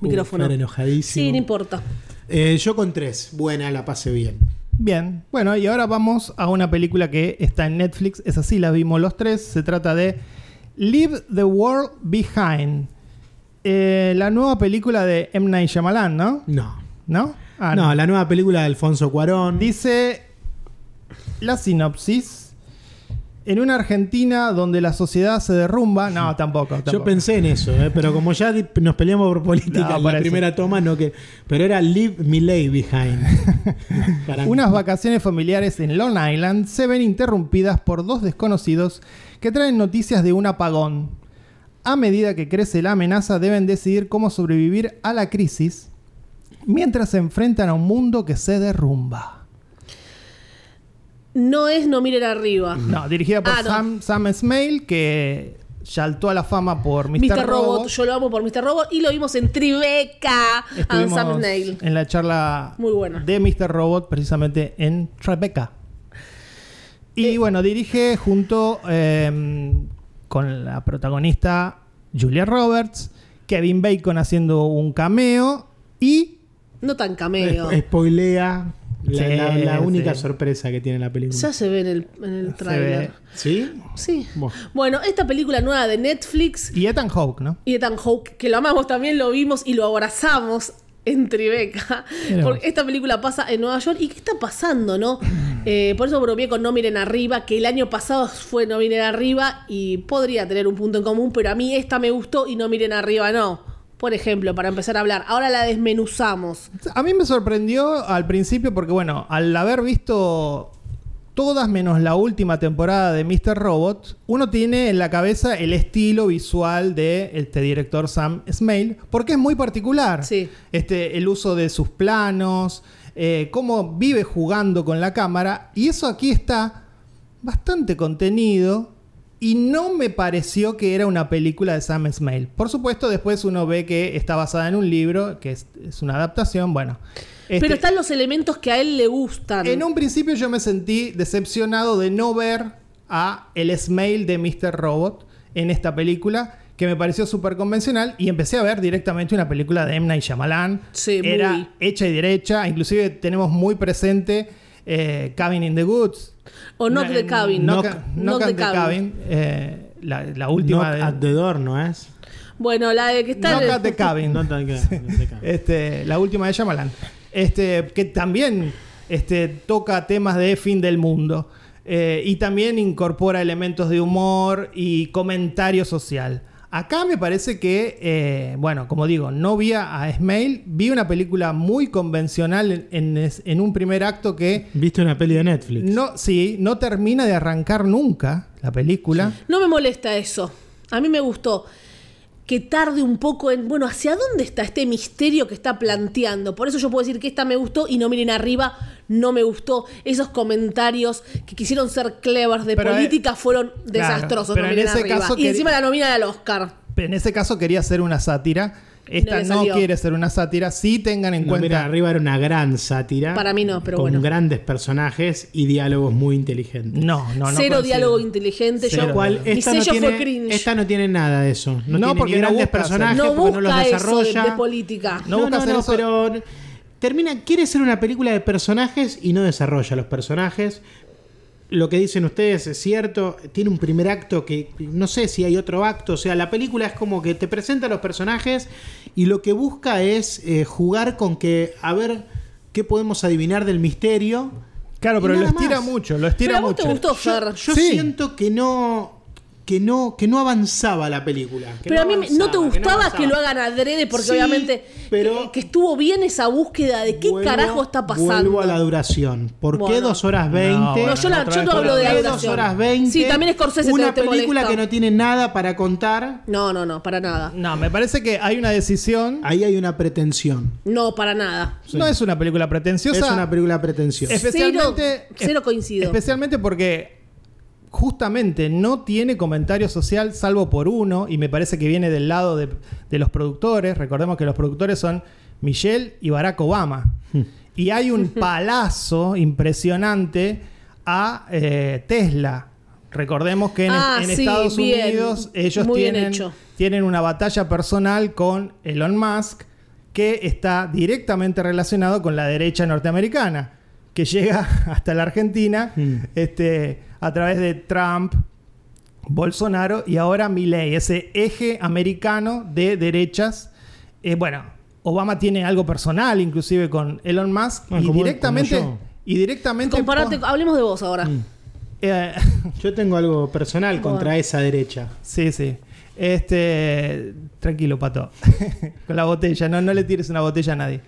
Speaker 1: Micrófono.
Speaker 2: Uy, Fer
Speaker 3: Ah,
Speaker 2: enojadísimo.
Speaker 1: Sí, no importa.
Speaker 2: Eh, yo con 3. Buena, la pasé bien.
Speaker 3: Bien, bueno, y ahora vamos a una película que está en Netflix, es así, la vimos los tres, se trata de Leave the World Behind, Eh, la nueva película de M. Night Shyamalan, ¿no?
Speaker 2: No.
Speaker 3: ¿No? Ah,
Speaker 2: no, la nueva película de Alfonso Cuarón.
Speaker 3: Dice la sinopsis, en una Argentina donde la sociedad se derrumba, no, tampoco,
Speaker 2: Yo
Speaker 3: tampoco.
Speaker 2: pensé en eso, eh, pero como ya di- nos peleamos por política
Speaker 3: No,
Speaker 2: en
Speaker 3: por
Speaker 2: la
Speaker 3: eso.
Speaker 2: primera toma, no que. Pero era Leave Miley Behind. Para mí.
Speaker 3: Unas vacaciones familiares en Long Island se ven interrumpidas por dos desconocidos que traen noticias de un apagón. A medida que crece la amenaza, deben decidir cómo sobrevivir a la crisis mientras se enfrentan a un mundo que se derrumba.
Speaker 1: No es No Miren Arriba.
Speaker 3: No, dirigida por
Speaker 1: Ah, no.
Speaker 3: Sam, Sam Esmail, que saltó a la fama por Mr.
Speaker 1: Mr. Robot,
Speaker 3: Robot.
Speaker 1: yo lo amo por Mr. Robot y lo vimos en Tribeca and
Speaker 3: Estuvimos
Speaker 1: Sam Nail.
Speaker 3: en la charla
Speaker 1: Muy buena.
Speaker 3: de Mr. Robot, precisamente en Tribeca. Y
Speaker 1: Eh.
Speaker 3: bueno, dirige junto eh, con la protagonista Julia Roberts, Kevin Bacon haciendo un cameo y
Speaker 1: No tan cameo.
Speaker 2: Spoilea la,
Speaker 3: Sí,
Speaker 2: la- la única
Speaker 3: sí.
Speaker 2: sorpresa que tiene la película.
Speaker 1: Ya se ve en el, en el tráiler.
Speaker 3: ve.
Speaker 2: ¿Sí?
Speaker 1: Sí.
Speaker 2: Bueno.
Speaker 1: Bueno, esta película nueva de Netflix
Speaker 3: Y Ethan Hawke, ¿no?
Speaker 1: y Ethan Hawke, que lo amamos también, lo vimos y lo abrazamos en Tribeca.
Speaker 3: Mirá vos.
Speaker 1: Porque esta película pasa en Nueva York. ¿Y qué está pasando, no? Eh, por eso bromeé con No Miren Arriba, que el año pasado fue No Miren Arriba y podría tener un punto en común, pero a mí esta me gustó y No Miren Arriba no. Por ejemplo, para empezar a hablar. Ahora la desmenuzamos.
Speaker 3: A mí me sorprendió al principio porque, bueno, al haber visto todas menos la última temporada de Mr. Robot, uno tiene en la cabeza el estilo visual de este director Sam Smale, porque es muy particular.
Speaker 1: Sí.
Speaker 3: Este, el uso de sus planos, eh, cómo vive jugando con la cámara, y eso aquí está bastante contenido. Y no me pareció que era una película de Sam Smale. Por supuesto, después uno ve que está basada en un libro, que es, es una adaptación, bueno. Este,
Speaker 1: pero están los elementos que a él le gustan.
Speaker 3: en un principio yo me sentí decepcionado de no ver a el Smale de Mr. Robot en esta película, que me pareció súper convencional, y empecé a ver directamente una película de M. Night Shyamalan.
Speaker 1: Sí,
Speaker 3: Era
Speaker 1: muy.
Speaker 3: hecha y derecha, inclusive tenemos muy presente eh, Cabin in the Goods.
Speaker 1: O Knock
Speaker 3: No,
Speaker 1: the Cabin.
Speaker 3: Knock,
Speaker 1: Knock-
Speaker 3: Knock
Speaker 1: Knock
Speaker 3: at
Speaker 1: the
Speaker 3: the Cabin. eh, la, la última
Speaker 2: Knock
Speaker 3: de-
Speaker 2: at the door, ¿no es?
Speaker 1: Bueno, la de que está...
Speaker 3: Knock
Speaker 1: en-
Speaker 3: at the Cabin.
Speaker 2: No tan
Speaker 3: Este, la última de Shyamalan. Este, que también este, toca temas de fin del mundo. Eh, y también incorpora elementos de humor y comentario social. Acá me parece que, eh, bueno, como digo, no vi a Smale, vi una película muy convencional en- en, es- en un primer acto que
Speaker 2: ¿Viste una peli de Netflix?
Speaker 3: no, sí, no termina de arrancar nunca la película.
Speaker 1: No me molesta eso. A mí me gustó que tarde un poco en, bueno, ¿hacia dónde está este misterio que está planteando? Por eso yo puedo decir que esta me gustó y no miren arriba, no me gustó. Esos comentarios que quisieron ser clevers de
Speaker 3: Pero, eh,
Speaker 1: política fueron desastrosos.
Speaker 3: pero
Speaker 1: no
Speaker 3: en
Speaker 1: miren
Speaker 3: ese
Speaker 1: arriba.
Speaker 3: caso
Speaker 1: y
Speaker 3: que-
Speaker 1: encima la nominan al Oscar.
Speaker 3: En ese caso quería hacer una sátira. Esta
Speaker 1: le
Speaker 3: no,
Speaker 1: salió.
Speaker 3: quiere ser una sátira. Sí tengan en
Speaker 2: No,
Speaker 3: cuenta.
Speaker 2: mira, arriba era una gran sátira.
Speaker 1: Para mí no, pero
Speaker 2: con
Speaker 1: bueno.
Speaker 2: grandes personajes y diálogos muy inteligentes.
Speaker 3: No,
Speaker 1: Cero
Speaker 3: no, no. coincido.
Speaker 1: diálogo inteligente.
Speaker 3: Cero
Speaker 1: yo,
Speaker 2: Lo cual,
Speaker 1: mi
Speaker 2: esta no,
Speaker 1: sello fue
Speaker 2: tiene,
Speaker 1: cringe.
Speaker 2: esta no tiene nada de eso. No,
Speaker 3: No,
Speaker 2: tiene
Speaker 3: porque
Speaker 2: ni
Speaker 3: no
Speaker 2: grandes
Speaker 3: busca hacer-
Speaker 2: personajes
Speaker 1: no
Speaker 2: porque no los
Speaker 1: busca eso de-
Speaker 2: desarrolla.
Speaker 1: de política.
Speaker 3: No busca hacer eso.
Speaker 2: pero termina, quiere ser una película de personajes y no desarrolla los personajes. Lo que dicen ustedes es cierto, tiene un primer acto que no sé si hay otro acto, o sea, la película es como que te presenta a los personajes y lo que busca es eh, jugar con que, a ver, qué podemos adivinar del misterio.
Speaker 3: Claro, pero
Speaker 2: Y
Speaker 3: lo
Speaker 2: nada
Speaker 3: estira
Speaker 2: más.
Speaker 3: mucho, lo estira
Speaker 1: pero a vos
Speaker 3: mucho.
Speaker 1: te gustó, Fer.
Speaker 2: Yo, yo
Speaker 3: Sí.
Speaker 2: siento que no, que no, que no avanzaba la película. que
Speaker 1: Pero a mí me- no
Speaker 2: avanzaba,
Speaker 1: te gustaba que,
Speaker 2: avanzaba.
Speaker 1: lo hagan adrede, porque
Speaker 2: Sí,
Speaker 1: obviamente que,
Speaker 2: pero-
Speaker 1: que estuvo bien esa búsqueda de qué
Speaker 2: Vuelvo-
Speaker 1: carajo está pasando.
Speaker 2: Vuelvo a la duración. ¿Por qué
Speaker 1: Bueno.
Speaker 2: 2 horas 20?
Speaker 3: No, bueno,
Speaker 1: No, yo, la-
Speaker 3: otra
Speaker 1: yo
Speaker 3: vez
Speaker 1: no hablo de
Speaker 2: ¿Por
Speaker 1: la
Speaker 2: qué
Speaker 1: duración.
Speaker 2: dos horas 20?
Speaker 1: Sí, también Scorsese
Speaker 2: Una
Speaker 1: te, te
Speaker 2: película
Speaker 1: molesta.
Speaker 2: que no tiene nada para contar.
Speaker 1: no, no, no, para nada.
Speaker 3: No, me parece que hay una decisión.
Speaker 2: Ahí hay una pretensión.
Speaker 1: No, para nada.
Speaker 3: No es una película pretenciosa.
Speaker 2: es una película pretenciosa.
Speaker 1: Es-
Speaker 3: Especialmente,
Speaker 1: Cero- cero coincido.
Speaker 3: Especialmente porque justamente no tiene comentario social salvo por uno y me parece que viene del lado de, de los productores. Recordemos que los productores son Michelle y Barack Obama. Y hay un palazo impresionante a eh, Tesla. Recordemos que en,
Speaker 1: Ah,
Speaker 3: en
Speaker 1: sí,
Speaker 3: Estados
Speaker 1: bien.
Speaker 3: Unidos ellos
Speaker 1: Muy bien
Speaker 3: tienen,
Speaker 1: hecho.
Speaker 3: tienen una batalla personal con Elon Musk que está directamente relacionado con la derecha norteamericana, que llega hasta la Argentina
Speaker 2: Mm.
Speaker 3: este, a través de Trump, Bolsonaro y ahora Milley, ese eje americano de derechas. Eh, bueno, Obama tiene algo personal inclusive con Elon Musk
Speaker 2: Bueno,
Speaker 3: y,
Speaker 2: como-
Speaker 3: directamente,
Speaker 2: como yo.
Speaker 3: y directamente...
Speaker 1: Comparate,
Speaker 3: pon-
Speaker 1: hablemos de vos ahora.
Speaker 2: Mm.
Speaker 3: eh,
Speaker 2: Yo tengo algo personal contra esa derecha.
Speaker 3: Sí, sí. Este, tranquilo, pato. Con la botella, no, no le tires una botella a nadie.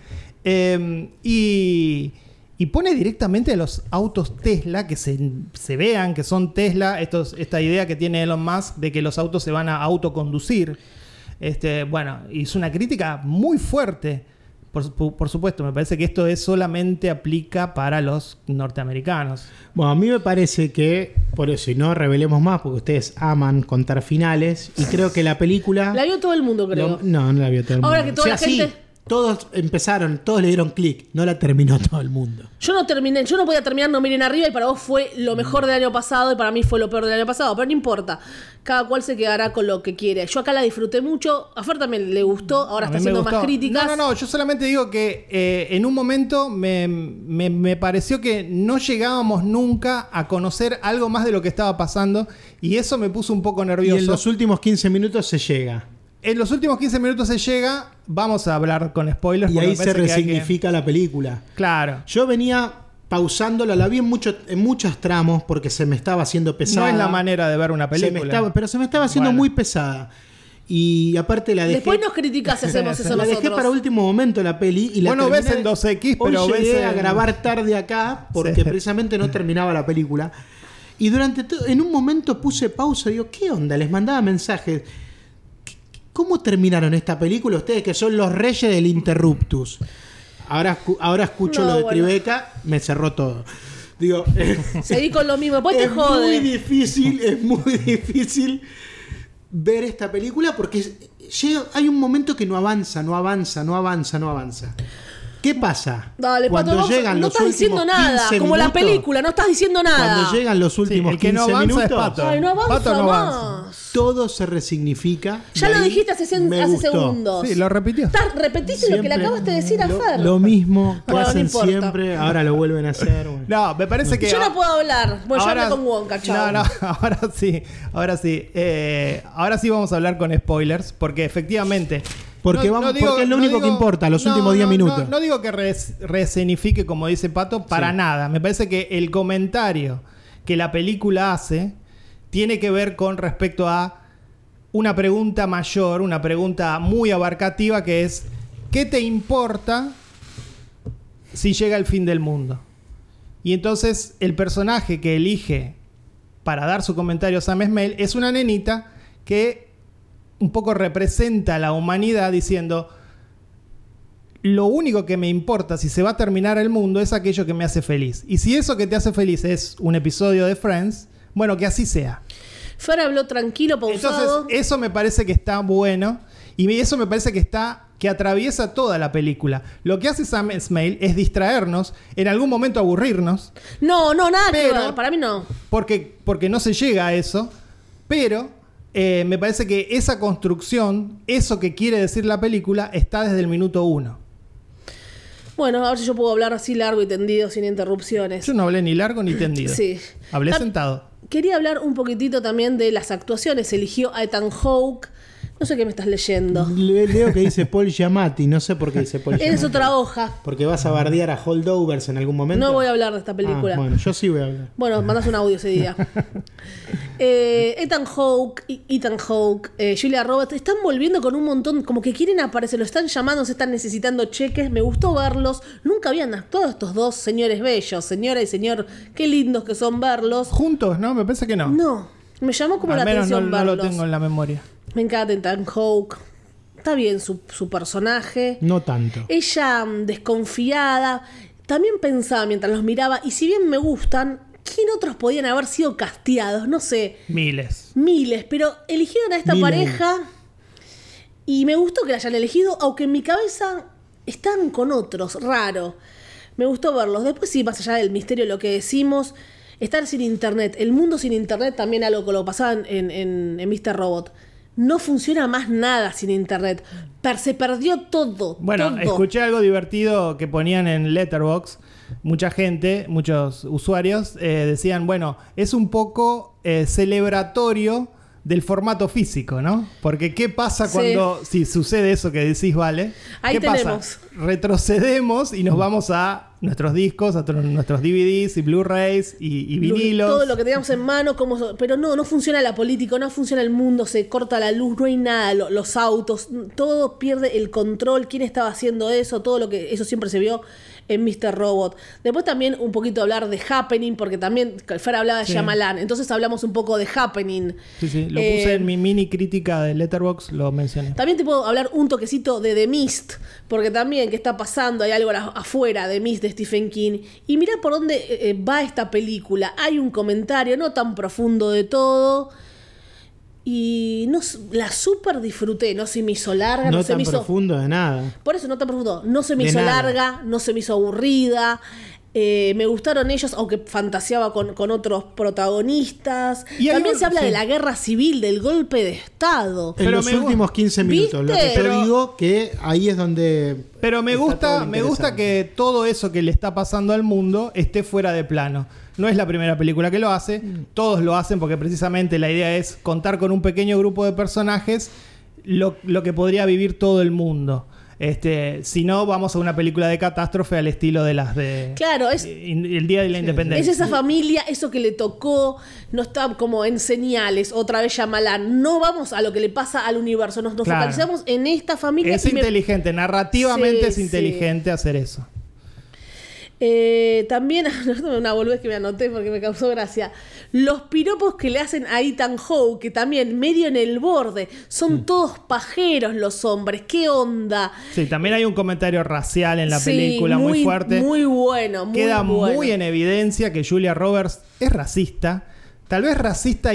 Speaker 3: Eh, y, y pone directamente a los autos Tesla que se, se vean que son Tesla. Estos, esta idea que tiene Elon Musk de que los autos se van a autoconducir. Este, bueno, hizo una crítica muy fuerte. Por, su- por supuesto, me parece que esto es solamente aplica para los norteamericanos.
Speaker 2: Bueno, a mí me parece que, por eso, y no revelemos más, porque ustedes aman contar finales, y creo que la película...
Speaker 1: La vio todo el mundo, creo.
Speaker 2: lo- no, no la vio todo el
Speaker 1: Ahora
Speaker 2: mundo.
Speaker 1: que toda
Speaker 2: O sea,
Speaker 1: la gente-
Speaker 2: sí, todos empezaron, todos le dieron clic, no la terminó todo el mundo.
Speaker 1: Yo no terminé, yo no podía terminar No Miren Arriba y para vos fue lo
Speaker 2: Mm.
Speaker 1: mejor del año pasado y para mí fue lo peor del año pasado, pero no importa. Cada cual se quedará con lo que quiere. Yo acá la disfruté mucho, a Fer también le gustó, ahora
Speaker 3: A
Speaker 1: está
Speaker 3: mí me
Speaker 1: haciendo más
Speaker 3: gustó.
Speaker 1: críticas.
Speaker 3: No, no, no, yo solamente digo que eh, en un momento me, me- me pareció que no llegábamos nunca a conocer algo más de lo que estaba pasando y eso me puso un poco
Speaker 2: Y
Speaker 3: nervioso.
Speaker 2: en los últimos 15 minutos se llega.
Speaker 3: En los últimos 15 minutos se llega, vamos a hablar con spoilers.
Speaker 2: Y
Speaker 3: porque
Speaker 2: ahí
Speaker 3: me
Speaker 2: se
Speaker 3: parece que hay que-
Speaker 2: resignifica la película.
Speaker 3: Claro.
Speaker 2: Yo venía pausándola, la vi en, mucho, en muchos tramos porque se me estaba haciendo pesada.
Speaker 3: No es la manera de ver una
Speaker 2: Se
Speaker 3: película.
Speaker 2: me estaba- pero se me estaba haciendo
Speaker 3: Bueno.
Speaker 2: muy pesada. Y aparte la dejé.
Speaker 1: Después nos criticas si hacemos eso
Speaker 2: la dejé
Speaker 1: nosotros.
Speaker 2: para último momento la peli y la
Speaker 3: Vos no
Speaker 2: terminé-
Speaker 3: ves en 2X,
Speaker 2: Hoy
Speaker 3: pero
Speaker 2: llegué
Speaker 3: ves
Speaker 2: a
Speaker 3: en-
Speaker 2: grabar tarde acá porque
Speaker 3: Sí.
Speaker 2: precisamente no terminaba la película. Y durante todo, en un momento puse pausa y digo, ¿qué onda? Les mandaba mensajes. ¿Qué- ¿Cómo terminaron esta película ustedes que son los reyes del interruptus? Ahora, escu- ahora escucho
Speaker 1: No,
Speaker 2: lo de
Speaker 1: bueno.
Speaker 2: Tribeca, me cerró todo. Digo, eh,
Speaker 1: Seguí con lo mismo, después te
Speaker 2: es muy
Speaker 1: jode.
Speaker 2: difícil, es muy difícil ver esta película porque es- llega- hay un momento que no avanza, no avanza, no avanza, no avanza. ¿Qué pasa?
Speaker 1: Dale, Pato, vos no estás diciendo nada,
Speaker 2: 15
Speaker 1: como la
Speaker 2: minutos,
Speaker 1: película, no estás diciendo nada.
Speaker 2: Cuando llegan los últimos
Speaker 3: el que
Speaker 2: 15
Speaker 3: no avanza es
Speaker 2: minutos,
Speaker 3: Pato.
Speaker 1: Ay, no avanza
Speaker 3: Pato no
Speaker 1: más.
Speaker 3: avanza.
Speaker 2: todo se resignifica.
Speaker 1: Ya
Speaker 2: y
Speaker 1: lo
Speaker 2: ahí
Speaker 1: dijiste hace, sen-
Speaker 2: me
Speaker 1: hace
Speaker 2: gustó.
Speaker 1: segundos.
Speaker 3: Sí, lo repitió.
Speaker 1: Estás- repetiste lo que le
Speaker 2: Siempre
Speaker 1: acabas de decir a
Speaker 2: Lo,
Speaker 1: Fer.
Speaker 2: lo mismo que
Speaker 1: Bueno, no
Speaker 2: hacen
Speaker 1: importa.
Speaker 2: siempre, ahora lo vuelven a hacer. bueno.
Speaker 3: No, me parece que.
Speaker 1: Yo no puedo hablar. Bueno, yo
Speaker 3: ahora-
Speaker 1: hablé con Wonka, chao.
Speaker 3: No, no, ahora sí, ahora sí. Eh, ahora sí vamos a hablar con spoilers, porque efectivamente.
Speaker 2: Porque
Speaker 3: no-
Speaker 2: vamos-
Speaker 3: no digo-
Speaker 2: porque es lo
Speaker 3: no
Speaker 2: único que
Speaker 3: digo-
Speaker 2: importa, los
Speaker 3: no,
Speaker 2: últimos 10
Speaker 3: no,
Speaker 2: minutos.
Speaker 3: No, no digo que res- rescenifique, como dice Pato, para
Speaker 2: Sí.
Speaker 3: nada. Me parece que el comentario que la película hace tiene que ver con respecto a una pregunta mayor, una pregunta muy abarcativa que es, ¿qué te importa si llega el fin del mundo? Y entonces el personaje que elige para dar su comentario Sam Smell es una nenita que un poco representa a la humanidad diciendo, lo único que me importa si se va a terminar el mundo es aquello que me hace feliz. Y si eso que te hace feliz es un episodio de Friends, bueno, que así sea.
Speaker 1: Fer habló tranquilo,
Speaker 3: Entonces,
Speaker 1: pausado.
Speaker 3: eso me parece que está bueno. Y me- eso me parece que está. que atraviesa toda la película. Lo que hace Sam Smale es distraernos, en algún momento aburrirnos,
Speaker 1: No, no, nada que
Speaker 3: eh, Pero-
Speaker 1: ver. Para mí no.
Speaker 3: porque, porque no se llega a eso. Pero eh, me parece que esa construcción, eso que quiere decir la película, está desde el minuto uno.
Speaker 1: Bueno, a ver si yo puedo hablar así largo y tendido, sin interrupciones.
Speaker 3: Yo no hablé ni largo ni tendido.
Speaker 1: Sí.
Speaker 3: Hablé
Speaker 1: Tam-
Speaker 3: sentado.
Speaker 1: Quería hablar un poquitito también de las actuaciones. Eligió a Ethan Hawke. No sé qué me estás leyendo.
Speaker 2: Le- Leo que dice Paul Giamatti, no sé por qué dice Paul
Speaker 1: Eres
Speaker 2: Giamatti.
Speaker 1: otra hoja.
Speaker 2: Porque vas a bardear a Holdovers en algún momento.
Speaker 1: No voy a hablar de esta película.
Speaker 2: Ah, bueno, yo sí voy a hablar.
Speaker 1: Bueno, mandas un audio ese día. Eh, Ethan Hawke, I- Ethan Hawke, eh, Julia Roberts, están volviendo con un montón, como que quieren aparecer, lo están llamando, se están necesitando cheques, me gustó verlos, nunca habían actuado estos dos señores bellos, señora y señor, qué lindos que son verlos.
Speaker 3: Juntos, ¿no? Me parece que no.
Speaker 1: No, me llamó como
Speaker 3: Al
Speaker 1: la
Speaker 3: menos no,
Speaker 1: atención
Speaker 3: no lo
Speaker 1: verlos.
Speaker 3: tengo en la memoria.
Speaker 1: Me encanta Ethan Hawke, está bien su, su personaje
Speaker 2: No tanto.
Speaker 1: ella mm, desconfiada. También pensaba mientras los miraba, y si bien me gustan, ¿quién otros podían haber sido casteados? No sé,
Speaker 3: Miles.
Speaker 1: miles, pero eligieron a esta
Speaker 2: Miles.
Speaker 1: pareja y me gustó que la hayan elegido, aunque en mi cabeza están con otros, raro. Me gustó verlos. Después sí, más allá del misterio, lo que decimos, estar sin internet, el mundo sin internet también algo que lo pasaban en, en, en Mr. Robot. No funciona más nada sin internet. Per- se perdió todo.
Speaker 3: Bueno,
Speaker 1: todo.
Speaker 3: escuché algo divertido que ponían en Letterbox. Mucha gente, muchos usuarios eh, decían, bueno, es un poco eh, celebratorio del formato físico, ¿no? Porque qué pasa
Speaker 1: Sí.
Speaker 3: cuando si sucede eso que decís, vale,
Speaker 1: Ahí
Speaker 3: ¿qué
Speaker 1: tenemos.
Speaker 3: pasa? Retrocedemos y nos vamos a nuestros discos, a tro- nuestros DVDs y Blu-rays y, y vinilos.
Speaker 1: Todo lo que teníamos en mano, como so- pero no, no funciona la política, no funciona el mundo, se corta la luz, no hay nada, lo- los autos, todo pierde el control, quién estaba haciendo eso, todo lo que eso siempre se vio en Mr. Robot. Después también un poquito hablar de Happening, porque también Fer hablaba de
Speaker 3: Sí.
Speaker 1: Shyamalan, entonces hablamos un poco de Happening.
Speaker 3: Sí, sí, lo
Speaker 1: Eh,
Speaker 3: puse en mi mini crítica de Letterboxd, lo mencioné.
Speaker 1: También te puedo hablar un toquecito de The Mist, porque también que está pasando, hay algo a- afuera de Mist de Stephen King. Y mirá por dónde eh, eh, va esta película. Hay un comentario no tan profundo de todo. Y no, s- la super disfruté, no se me hizo larga, Ah, no,
Speaker 2: No
Speaker 1: se
Speaker 2: tan
Speaker 1: me hizo...
Speaker 2: profundo de nada.
Speaker 1: Por eso no tan profundo, no se me
Speaker 2: De
Speaker 1: hizo
Speaker 2: nada.
Speaker 1: larga, no se me hizo aburrida. eh, me gustaron ellos, aunque fantaseaba con, con otros protagonistas.
Speaker 3: Y hay
Speaker 1: También
Speaker 3: un-
Speaker 1: se habla
Speaker 3: sí.
Speaker 1: de la guerra civil, del golpe de Estado.
Speaker 2: En
Speaker 3: Pero
Speaker 2: los
Speaker 3: me gu-
Speaker 2: últimos 15 minutos. Lo que
Speaker 1: ¿Viste?
Speaker 2: yo
Speaker 1: Pero-
Speaker 2: digo que ahí es donde.
Speaker 3: Pero me
Speaker 2: está todo
Speaker 3: gusta,
Speaker 2: lo
Speaker 3: me gusta
Speaker 2: interesante.
Speaker 3: que todo eso que le está pasando al mundo esté fuera de plano. No es la primera película que lo hace, todos lo hacen porque precisamente la idea es contar con un pequeño grupo de personajes lo, lo que podría vivir todo el mundo. Este, si no, vamos a una película de catástrofe al estilo de las de
Speaker 1: Claro, es,
Speaker 3: in- El Día de la
Speaker 1: Es
Speaker 3: Independencia.
Speaker 1: esa familia, eso que le tocó, no está como en señales, otra vez Yamalán. No vamos a lo que le pasa al universo, nos, nos
Speaker 3: Claro.
Speaker 1: focalizamos en esta familia.
Speaker 3: Es
Speaker 1: y me-
Speaker 3: inteligente, narrativamente
Speaker 1: Sí,
Speaker 3: es
Speaker 1: sí.
Speaker 3: inteligente hacer eso.
Speaker 1: Eh, también, una volvés que me anoté porque me causó gracia, los piropos que le hacen a Ethan Howe, que también medio en el borde, son
Speaker 3: Mm.
Speaker 1: todos pajeros los hombres, qué onda.
Speaker 3: Sí, también hay un comentario racial en la
Speaker 1: Sí,
Speaker 3: película muy, fuerte.
Speaker 1: Muy bueno, muy
Speaker 3: Queda
Speaker 1: bueno.
Speaker 3: muy en evidencia que Julia Roberts es racista. Tal vez racista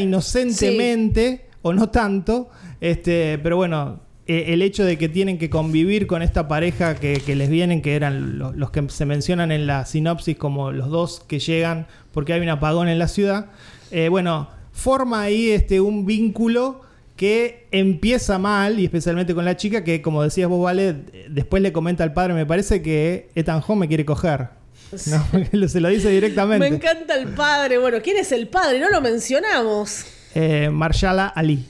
Speaker 3: inocentemente o no tanto. Este, pero bueno, eh, el hecho de que tienen que convivir con esta pareja que, que les vienen, que eran lo- los que se mencionan en la sinopsis como los dos que llegan porque hay un apagón en la ciudad. Eh, bueno, forma ahí este, un vínculo que empieza mal, y especialmente con la chica, que como decías vos, Vale, d- después le comenta al padre, me parece que Ethan Home me quiere coger. No, se lo dice
Speaker 1: Me
Speaker 3: directamente.
Speaker 1: encanta el padre. Bueno, ¿quién es el padre? No lo mencionamos.
Speaker 3: Eh, Marshala Ali.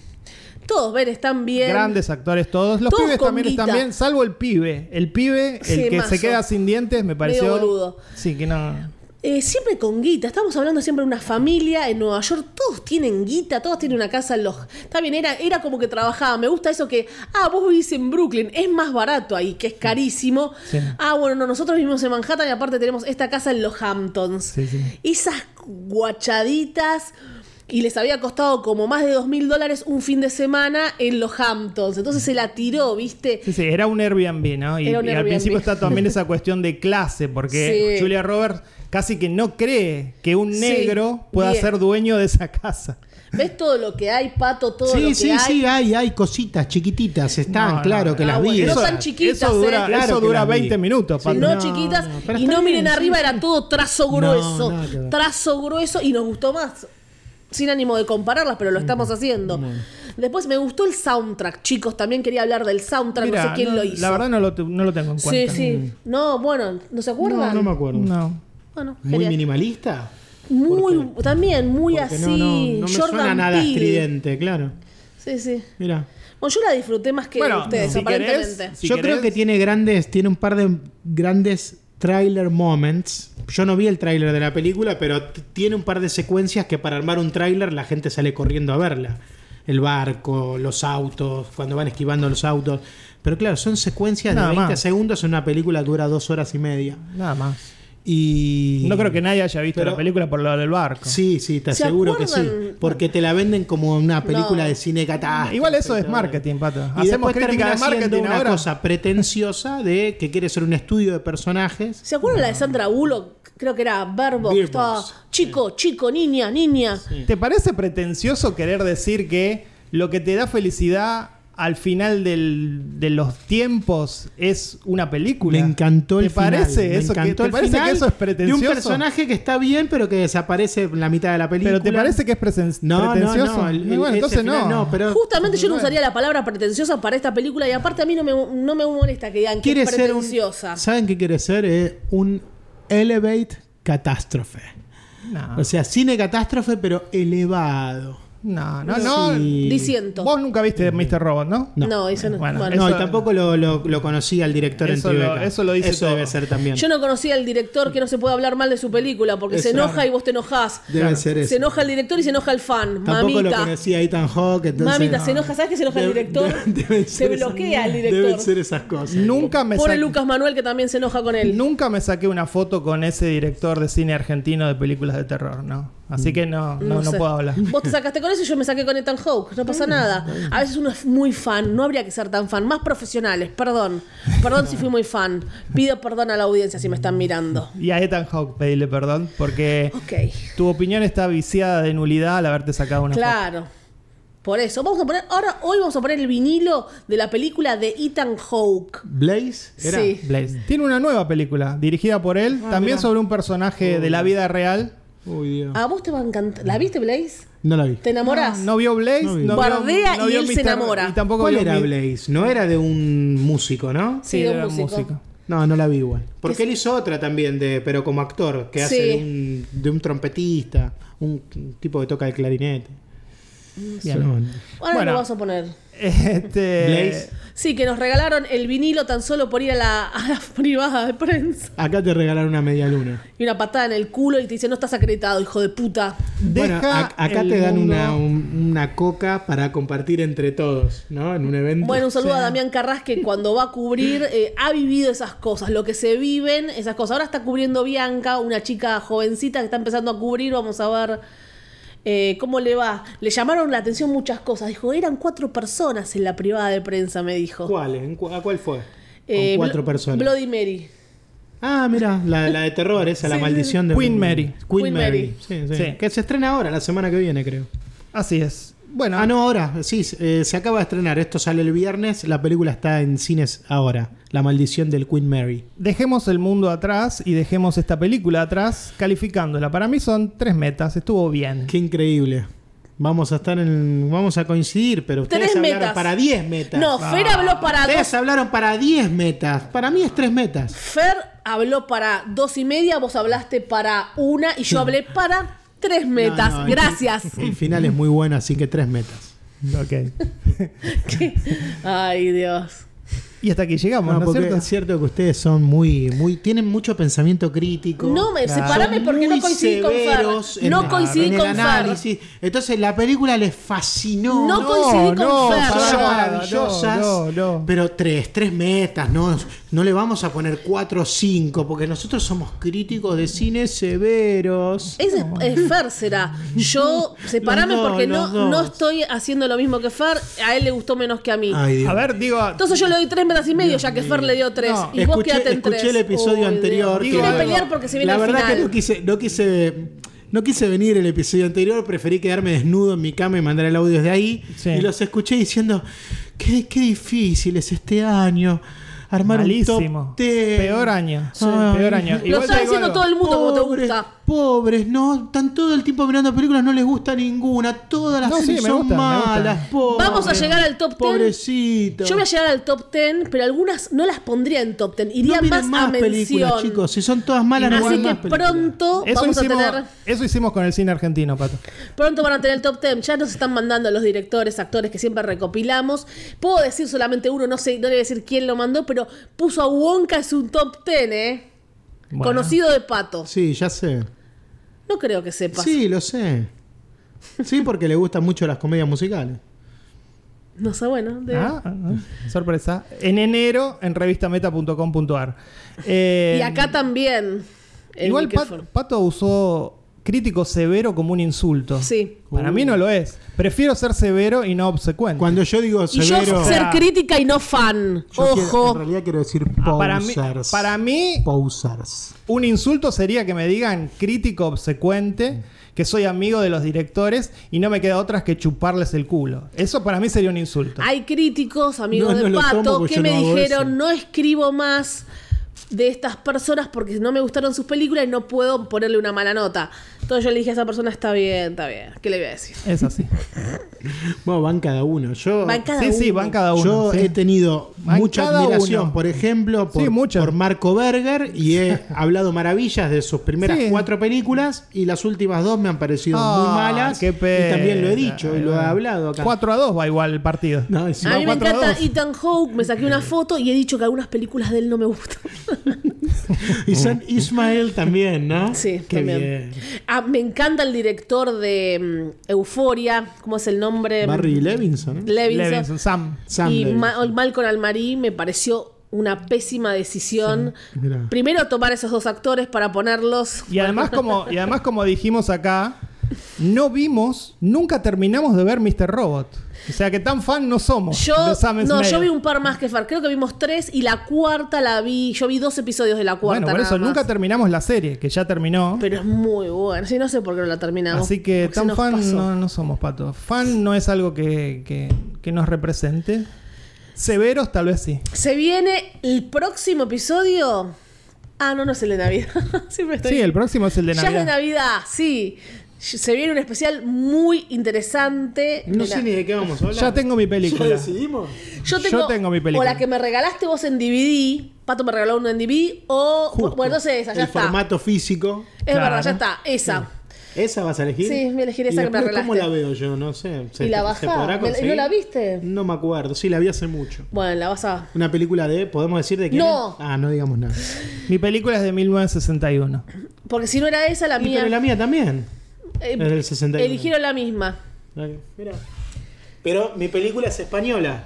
Speaker 1: Todos, ven, están bien.
Speaker 3: Grandes actores todos. Los
Speaker 1: Todos
Speaker 3: pibes
Speaker 1: con
Speaker 3: también están
Speaker 1: guita.
Speaker 3: bien, salvo el pibe. El pibe, el
Speaker 1: Sí,
Speaker 3: que
Speaker 1: mazo.
Speaker 3: se queda sin dientes, me pareció.
Speaker 1: boludo.
Speaker 3: Sí, que no.
Speaker 1: Eh, siempre con guita, estamos hablando siempre de una familia en Nueva York, todos tienen guita, todos tienen una casa en los... Está bien, era, era como que trabajaba, me gusta eso que, ah, vos vivís en Brooklyn, es más barato ahí, que es carísimo.
Speaker 3: Sí.
Speaker 1: Ah, bueno, no, nosotros vivimos en Manhattan y aparte tenemos esta casa en los Hamptons.
Speaker 3: Sí, sí.
Speaker 1: Esas guachaditas... Y les había costado como más de dos mil dólares un fin de semana en los Hamptons. Entonces se la tiró, ¿viste?
Speaker 3: Sí, sí, era un Airbnb, ¿no? Y,
Speaker 1: Era un
Speaker 3: y al
Speaker 1: Airbnb.
Speaker 3: principio está también esa cuestión de clase, porque
Speaker 1: Sí.
Speaker 3: Julia Roberts casi que no cree que un
Speaker 1: Sí,
Speaker 3: negro pueda
Speaker 1: bien.
Speaker 3: ser dueño de esa casa.
Speaker 1: ¿Ves todo lo que hay, pato? Todo lo
Speaker 2: Sí,
Speaker 1: que
Speaker 2: sí,
Speaker 1: hay.
Speaker 2: sí, hay, hay cositas chiquititas, están,
Speaker 3: No, no,
Speaker 2: claro, que
Speaker 1: no,
Speaker 2: las vi.
Speaker 1: Ah, bueno,
Speaker 2: eso-
Speaker 1: no tan chiquitas,
Speaker 3: Eso dura,
Speaker 1: ¿eh?
Speaker 3: eso
Speaker 2: Claro que
Speaker 3: dura
Speaker 2: las vi.
Speaker 3: 20 minutos.
Speaker 2: Sí,
Speaker 3: Pato.
Speaker 1: no,
Speaker 2: No,
Speaker 1: chiquitas.
Speaker 2: no, pero
Speaker 1: y
Speaker 2: está
Speaker 1: no miren
Speaker 2: bien, sí,
Speaker 1: arriba, era todo trazo grueso.
Speaker 2: nada que ver.
Speaker 1: trazo grueso y nos gustó más. Sin ánimo de compararlas, pero lo estamos haciendo. Después me gustó el soundtrack, chicos. También quería hablar del soundtrack,
Speaker 3: Mirá,
Speaker 1: no sé quién
Speaker 3: no,
Speaker 1: lo hizo.
Speaker 3: La verdad no lo, te- no lo tengo en
Speaker 1: sí,
Speaker 3: cuenta.
Speaker 1: sí. No, bueno, ¿no se acuerdan?
Speaker 2: No, no me acuerdo.
Speaker 3: No.
Speaker 1: Bueno,
Speaker 2: Muy
Speaker 1: genial.
Speaker 2: minimalista.
Speaker 1: Muy- también muy
Speaker 2: Porque
Speaker 1: así.
Speaker 2: no, no, no me
Speaker 1: Jordan
Speaker 2: suena nada
Speaker 1: Peele.
Speaker 2: estridente, claro.
Speaker 1: Sí, sí.
Speaker 2: Mira.
Speaker 1: Bueno, yo la disfruté más que
Speaker 3: Bueno,
Speaker 1: ustedes,
Speaker 3: si querés,
Speaker 1: aparentemente.
Speaker 3: Si
Speaker 2: Yo creo
Speaker 3: querés-
Speaker 2: que tiene grandes, tiene un par de grandes trailer moments. Yo no vi el tráiler de la película, pero t- tiene un par de secuencias que para armar un tráiler la gente sale corriendo a verla. El barco, los autos, cuando van esquivando los autos. Pero claro, son secuencias
Speaker 3: Nada
Speaker 2: de 20
Speaker 3: más.
Speaker 2: segundos en una película que dura dos horas y media.
Speaker 3: Nada más.
Speaker 2: Y...
Speaker 3: No creo que nadie haya visto
Speaker 2: Pero-
Speaker 3: la película por lo del barco.
Speaker 2: Sí, sí, te
Speaker 1: ¿Se
Speaker 2: aseguro que sí.
Speaker 1: acuerdan?
Speaker 2: Porque te la venden como una película
Speaker 1: No.
Speaker 2: de cine catástrofe.
Speaker 3: Igual eso es
Speaker 2: todo.
Speaker 3: marketing, pato.
Speaker 2: Y
Speaker 3: Hacemos
Speaker 2: después
Speaker 3: crítica
Speaker 2: termina
Speaker 3: de marketing
Speaker 2: siendo una
Speaker 3: ahora.
Speaker 2: cosa pretenciosa de que quiere ser un estudio de personajes.
Speaker 1: ¿Se acuerdan la de Sandra Bullock? Creo que era Verbo.
Speaker 2: Bird
Speaker 1: Estaba
Speaker 2: Box.
Speaker 1: chico, chico, niña, niña.
Speaker 3: ¿Te
Speaker 2: Mm.
Speaker 3: parece pretencioso querer decir que lo que te da felicidad al final del- de los tiempos es una película?
Speaker 2: Me encantó el
Speaker 3: ¿Te parece
Speaker 2: final. Me
Speaker 3: eso? que-
Speaker 2: encantó
Speaker 3: ¿Te
Speaker 2: el
Speaker 3: parece
Speaker 2: final
Speaker 3: que eso es
Speaker 2: De
Speaker 3: pretencioso?
Speaker 2: un personaje que está bien, pero que desaparece en la mitad de la película.
Speaker 3: ¿Pero te parece que es presen-
Speaker 2: no, no,
Speaker 3: pretencioso?
Speaker 2: no, el-
Speaker 3: Y bueno,
Speaker 2: ese
Speaker 3: entonces
Speaker 2: final
Speaker 3: no.
Speaker 2: pero
Speaker 1: Justamente yo no usaría la palabra pretenciosa para esta película y aparte a mí no me, no me molesta que digan que
Speaker 2: quiere
Speaker 1: es
Speaker 2: ser un,
Speaker 1: pretenciosa.
Speaker 2: ¿Saben qué quiere ser? Es un elevate catástrofe.
Speaker 3: No. Ah.
Speaker 2: O sea, cine catástrofe, pero elevado.
Speaker 3: No, no, no.
Speaker 2: Sí.
Speaker 1: Diciendo.
Speaker 3: Vos nunca viste Mr. Robot, ¿no?
Speaker 1: No,
Speaker 2: No.
Speaker 1: eso no.
Speaker 3: Bueno,
Speaker 1: bueno.
Speaker 2: No, y
Speaker 3: Eso-
Speaker 2: tampoco lo, lo, lo conocía el director
Speaker 3: Eso
Speaker 2: en
Speaker 3: lo-
Speaker 2: Tribeca.
Speaker 3: eso lo dice
Speaker 2: Eso
Speaker 3: todo.
Speaker 2: debe ser también.
Speaker 1: Yo no conocía al director que no se puede hablar mal de su película porque se
Speaker 2: Eso.
Speaker 1: enoja y vos te enojás.
Speaker 2: Debe ser eso.
Speaker 1: Se enoja el director y se enoja el fan.
Speaker 2: Tampoco lo
Speaker 1: Mamita.
Speaker 2: conocía Ethan Hawke. entonces-
Speaker 1: Mamita, se enoja. ¿Sabes que se enoja el
Speaker 2: Debe-
Speaker 1: director?
Speaker 2: debe- deben
Speaker 1: se
Speaker 2: ser esas-
Speaker 1: bloquea el
Speaker 2: Deben
Speaker 1: director.
Speaker 2: ser esas cosas.
Speaker 3: Nunca me
Speaker 1: Pobre
Speaker 3: saqué-
Speaker 1: Lucas Manuel que también se enoja con él.
Speaker 3: Nunca me saqué una foto con ese director de cine argentino de películas de terror, ¿no? Así que no, no, no
Speaker 1: Mm. sé.
Speaker 3: puedo hablar.
Speaker 1: Vos te sacaste con eso y yo me saqué con Ethan Hawke. No pasa nada. A veces uno es muy fan. No habría que ser tan fan. Más profesionales. Perdón. Perdón si fui muy fan. Pido perdón a la audiencia si me están mirando.
Speaker 3: Y a Ethan Hawke pedirle perdón porque
Speaker 1: Ok.
Speaker 3: tu opinión está viciada de nulidad al haberte sacado una
Speaker 1: Claro. Por eso. Vamos a poner. Ahora, hoy vamos a poner el vinilo de la película de Ethan Hawke.
Speaker 2: Blaze era.
Speaker 1: Sí.
Speaker 3: foto. Blaze. Tiene una nueva película dirigida por él,
Speaker 1: Ah,
Speaker 3: también sobre un personaje
Speaker 2: Oh.
Speaker 3: de la vida real.
Speaker 2: Uy, Dios.
Speaker 1: A vos te va a encantar. ¿la viste, Blaze?
Speaker 2: No la vi.
Speaker 1: ¿Te enamorás?
Speaker 3: Ah, No vio Blaze,
Speaker 2: No vi.
Speaker 3: no vio-
Speaker 1: Bardea
Speaker 3: no
Speaker 1: y
Speaker 3: vio
Speaker 1: él se
Speaker 3: Mr.
Speaker 1: enamora.
Speaker 3: Y tampoco
Speaker 2: ¿Cuál
Speaker 3: vio
Speaker 2: era
Speaker 3: Mi-
Speaker 2: Blaze? No era de un músico, ¿no?
Speaker 3: Sí,
Speaker 1: de un
Speaker 3: era un
Speaker 1: músico.
Speaker 3: músico.
Speaker 2: No, no la vi igual.
Speaker 1: Que-
Speaker 2: Porque él hizo otra también, de, pero como actor, que hace
Speaker 1: Sí.
Speaker 2: de un, de un trompetista, un un tipo que toca el clarinete.
Speaker 3: Bien.
Speaker 1: Ahora
Speaker 3: Bueno.
Speaker 1: lo vas a poner.
Speaker 3: Este,
Speaker 2: Blaze.
Speaker 1: Sí, que nos regalaron el vinilo tan solo por ir a la, a la privada de prensa.
Speaker 2: Acá te regalaron una media luna.
Speaker 1: Y una patada en el culo y te dice, no estás acreditado, hijo de puta.
Speaker 2: Bueno,
Speaker 3: Deja
Speaker 2: ac- acá
Speaker 3: el
Speaker 2: te dan
Speaker 3: mundo-
Speaker 2: una, un- una coca para compartir entre todos, ¿no? En un evento.
Speaker 1: Bueno, un saludo a Damián Carras que cuando va a cubrir eh, ha vivido esas cosas, lo que se viven, esas cosas. Ahora está cubriendo Bianca, una chica jovencita que está empezando a cubrir, vamos a ver eh, cómo le va. Le llamaron la atención muchas cosas, dijo, eran cuatro personas en la privada de prensa, me dijo.
Speaker 2: ¿Cuál? ¿En cu- ¿A cuál fue?
Speaker 1: Eh,
Speaker 2: Con cuatro
Speaker 1: Blo-
Speaker 2: personas.
Speaker 1: Bloody Mary.
Speaker 2: Ah, mira, la, la de terror, esa, la
Speaker 1: Sí.
Speaker 2: maldición de
Speaker 3: Queen Mary.
Speaker 2: Queen,
Speaker 1: Queen Mary.
Speaker 2: Mary. Sí, sí.
Speaker 3: Sí.
Speaker 2: Que se estrena ahora, la semana que viene, creo.
Speaker 3: Así es. Bueno,
Speaker 2: Ah, no, ahora, sí, eh, se acaba de estrenar. Esto sale el viernes, la película está en cines ahora. La maldición del Queen Mary.
Speaker 3: Dejemos el mundo atrás y dejemos esta película atrás, calificándola. Para mí son tres metas, estuvo bien.
Speaker 2: Qué increíble. Vamos a estar en. Vamos a coincidir, pero ustedes
Speaker 1: Tres
Speaker 2: hablaron
Speaker 1: metas.
Speaker 2: para 10 metas.
Speaker 1: No, Fer habló para
Speaker 2: Ustedes
Speaker 1: dos.
Speaker 2: hablaron para 10 metas. Para mí es 3 metas.
Speaker 1: Fer habló para dos y media, vos hablaste para una y yo hablé para tres metas.
Speaker 2: no,
Speaker 1: Gracias.
Speaker 2: El final es muy bueno, así que 3 metas.
Speaker 3: Ok.
Speaker 1: Ay, Dios.
Speaker 3: Y hasta aquí llegamos,
Speaker 2: No,
Speaker 3: ¿no es
Speaker 2: porque
Speaker 3: cierto?
Speaker 2: es cierto que ustedes son muy, muy, tienen mucho pensamiento crítico.
Speaker 1: No, me-
Speaker 2: Claro.
Speaker 1: separame
Speaker 2: Son
Speaker 1: porque no
Speaker 2: muy
Speaker 1: coincidí con Fer.
Speaker 2: severos en-
Speaker 1: No
Speaker 2: en
Speaker 1: coincidí
Speaker 2: el
Speaker 1: con Fer.
Speaker 2: análisis. Entonces la película les fascinó.
Speaker 1: No coincidí con Fer.
Speaker 2: Son
Speaker 1: Claro,
Speaker 2: maravillosas,
Speaker 3: no, no.
Speaker 2: pero tres, tres metas, no, no le vamos a poner cuatro o cinco, porque nosotros somos críticos de cine severos.
Speaker 1: Ese es, es Fer será. Yo, separame
Speaker 2: Los dos,
Speaker 1: porque no,
Speaker 2: los dos.
Speaker 1: no estoy haciendo lo mismo que Fer. A él le gustó menos que a mí.
Speaker 2: Ay, Dios.
Speaker 3: A ver, digo,
Speaker 1: Entonces yo le doy tres metas y medio, ya que Fer le dio tres.
Speaker 3: No,
Speaker 1: y vos
Speaker 2: escuché,
Speaker 1: quedate en
Speaker 2: escuché
Speaker 1: tres.
Speaker 2: el episodio
Speaker 1: Uy,
Speaker 2: anterior.
Speaker 1: Dios.
Speaker 2: que-
Speaker 1: Quiere
Speaker 3: Digo,
Speaker 1: pelear porque se viene
Speaker 2: La
Speaker 1: al
Speaker 2: verdad
Speaker 1: final.
Speaker 2: que no quise, no quise, no quise venir el episodio anterior, preferí quedarme desnudo en mi cama y mandar el audio desde ahí.
Speaker 3: Sí.
Speaker 2: Y los escuché diciendo, qué, qué difícil es este año. Armar un
Speaker 3: malísimo.
Speaker 2: top 10.
Speaker 3: Peor año.
Speaker 2: Sí.
Speaker 3: Peor año.
Speaker 1: Lo está
Speaker 3: te digo
Speaker 1: diciendo
Speaker 3: algo.
Speaker 1: todo el mundo como te
Speaker 2: Pobres,
Speaker 1: gusta.
Speaker 2: Pobres, no, están todo el tiempo mirando películas, no les gusta ninguna. Todas las
Speaker 3: No, sí,
Speaker 2: series
Speaker 3: me
Speaker 2: son
Speaker 3: gusta, me
Speaker 2: malas,
Speaker 3: gusta.
Speaker 2: pobres.
Speaker 1: Vamos a llegar al top 10.
Speaker 2: Pobrecito.
Speaker 1: Yo voy a llegar al top 10, pero algunas no las pondría en top 10. Iría
Speaker 2: no
Speaker 1: más,
Speaker 2: miren más
Speaker 1: a mención.
Speaker 2: películas, chicos. Si son todas malas, no
Speaker 1: Así
Speaker 2: miren
Speaker 1: que
Speaker 2: más películas.
Speaker 1: pronto
Speaker 3: Eso
Speaker 1: vamos
Speaker 3: hicimos,
Speaker 1: a tener
Speaker 3: eso hicimos con el cine argentino, Pato.
Speaker 1: Pronto van a tener el top 10. Ya nos están mandando los directores, actores que siempre recopilamos. Puedo decir solamente uno, no sé, no le voy a decir quién lo mandó, pero puso a Wonka en su top 10, ¿eh?
Speaker 3: Bueno.
Speaker 1: Conocido de pato.
Speaker 2: Sí, ya sé.
Speaker 1: No creo que sepas.
Speaker 2: Sí, lo sé. Sí, porque le gustan mucho las comedias musicales.
Speaker 1: No sé, bueno. de-
Speaker 3: Ah, ah, sorpresa. En enero en revistameta.com.ar. Eh,
Speaker 1: Y acá también. el
Speaker 3: Igual Pat-
Speaker 1: micrófono.
Speaker 3: Pato usó crítico severo como un insulto.
Speaker 1: Sí.
Speaker 3: Para mí no lo es. Prefiero ser severo y no obsecuente.
Speaker 2: Cuando yo digo
Speaker 1: Y
Speaker 2: severo,
Speaker 1: yo ser
Speaker 3: Claro.
Speaker 1: crítica y no fan.
Speaker 2: yo quiero- en
Speaker 1: Ojo.
Speaker 2: realidad quiero decir
Speaker 3: Ah, para, mí,
Speaker 2: posers.
Speaker 3: para mí,
Speaker 2: Posers.
Speaker 3: un insulto sería que me digan crítico obsecuente, que soy amigo de los directores y no me queda otras que chuparles el culo. Eso para mí sería un insulto.
Speaker 1: Hay críticos, amigos
Speaker 2: No, no
Speaker 1: de
Speaker 2: lo tomo
Speaker 1: Pato,
Speaker 2: porque
Speaker 1: que
Speaker 2: yo
Speaker 1: me
Speaker 2: no hago
Speaker 1: dijeron,
Speaker 2: eso.
Speaker 1: no escribo más de estas personas porque no me gustaron sus películas y no puedo ponerle una mala nota. Entonces yo le dije a esa persona, está bien, está bien. ¿Qué le voy a decir?
Speaker 3: Es así.
Speaker 2: Bueno, van cada uno. Yo,
Speaker 1: Van cada
Speaker 3: sí, sí,
Speaker 1: uno.
Speaker 3: van cada uno.
Speaker 2: yo
Speaker 3: sí.
Speaker 2: he tenido
Speaker 3: Van
Speaker 2: mucha
Speaker 3: cada
Speaker 2: admiración,
Speaker 3: uno.
Speaker 2: por ejemplo, por,
Speaker 3: Sí, mucha.
Speaker 2: por Marco Berger y he hablado maravillas de sus primeras
Speaker 3: Sí.
Speaker 2: cuatro películas y las últimas dos me han parecido muy
Speaker 3: Ah,
Speaker 2: malas.
Speaker 3: qué
Speaker 2: Y también lo he
Speaker 3: pena.
Speaker 2: dicho y lo he hablado acá.
Speaker 3: 4 a 2 va igual el partido.
Speaker 2: No, encima-
Speaker 1: a mí me
Speaker 3: cuatro a
Speaker 1: encanta
Speaker 3: dos.
Speaker 1: Ethan Hawke, me saqué una foto y he dicho que algunas películas de él no me gustan.
Speaker 2: Y San Ismael también, ¿no?
Speaker 1: Sí,
Speaker 2: Qué
Speaker 1: también.
Speaker 2: bien.
Speaker 1: Ah, me encanta el director de mm, Euforia, ¿cómo es el nombre? Mm,
Speaker 2: Barry Levinson. ¿no?
Speaker 1: Levinson.
Speaker 3: Levinson, Sam.
Speaker 2: Sam
Speaker 1: Em, y
Speaker 2: Levinson.
Speaker 1: Ma- Malcolm Almarí me pareció una pésima decisión.
Speaker 2: Mirá.
Speaker 1: Primero tomar esos dos actores para ponerlos.
Speaker 3: Y además, como, y además, como dijimos acá, no vimos, nunca terminamos de ver Mr. Robot. O sea que tan fan no somos.
Speaker 1: Yo,
Speaker 3: de Sam
Speaker 1: no,
Speaker 3: Smale.
Speaker 1: yo vi un par más que Far. Creo que vimos tres y la cuarta la vi. Yo vi dos episodios de la cuarta.
Speaker 3: Bueno, por eso
Speaker 1: nada más.
Speaker 3: nunca terminamos la serie, que ya terminó.
Speaker 1: Pero es muy buena. Sí, no sé por qué no la terminamos.
Speaker 3: Así que
Speaker 1: porque se
Speaker 3: tan
Speaker 1: nos
Speaker 3: fan
Speaker 1: pasó.
Speaker 3: no, no somos, Pato. Fan no es algo que, que- que nos represente. Severos tal vez sí.
Speaker 1: Se viene el próximo episodio. Ah, no, no es el de Navidad. Siempre estoy.
Speaker 3: Sí, el próximo es el de
Speaker 1: Ya es de
Speaker 3: Navidad.
Speaker 1: Navidad, sí. Se viene un especial muy interesante.
Speaker 2: No
Speaker 1: de la-
Speaker 2: sé ni de qué vamos a hablar.
Speaker 3: Ya tengo mi película.
Speaker 2: ¿Ya decidimos?
Speaker 1: Yo tengo,
Speaker 3: Yo tengo mi película.
Speaker 1: O la que me regalaste vos en DVD. Pato me regaló uno en DVD. O.
Speaker 2: Justo.
Speaker 1: Bueno, entonces esa, ya
Speaker 2: El
Speaker 1: está.
Speaker 2: formato físico.
Speaker 1: Es
Speaker 3: Claro.
Speaker 1: verdad, ya está. Esa.
Speaker 2: ¿Esa vas a elegir?
Speaker 1: Sí, voy a elegir
Speaker 2: ¿Y
Speaker 1: esa que me
Speaker 2: después ¿Cómo
Speaker 1: regalaste.
Speaker 2: la veo yo? No sé.
Speaker 1: ¿Y la
Speaker 2: se
Speaker 1: bajás?
Speaker 2: podrá
Speaker 1: ¿Me-
Speaker 2: conseguir?
Speaker 1: no la viste?
Speaker 2: No me acuerdo. Sí, la vi hace mucho.
Speaker 1: Bueno, la vas a.
Speaker 2: Una película de. ¿Podemos decir de quién?
Speaker 1: No.
Speaker 2: es? Ah, no digamos nada.
Speaker 3: Mi película es de 1961.
Speaker 1: Porque si no era esa, la
Speaker 2: Y,
Speaker 1: mía.
Speaker 2: pero la mía también.
Speaker 1: eh,
Speaker 2: es del 61.
Speaker 1: Eligieron la misma.
Speaker 2: Dale, mirá. Pero mi película es española.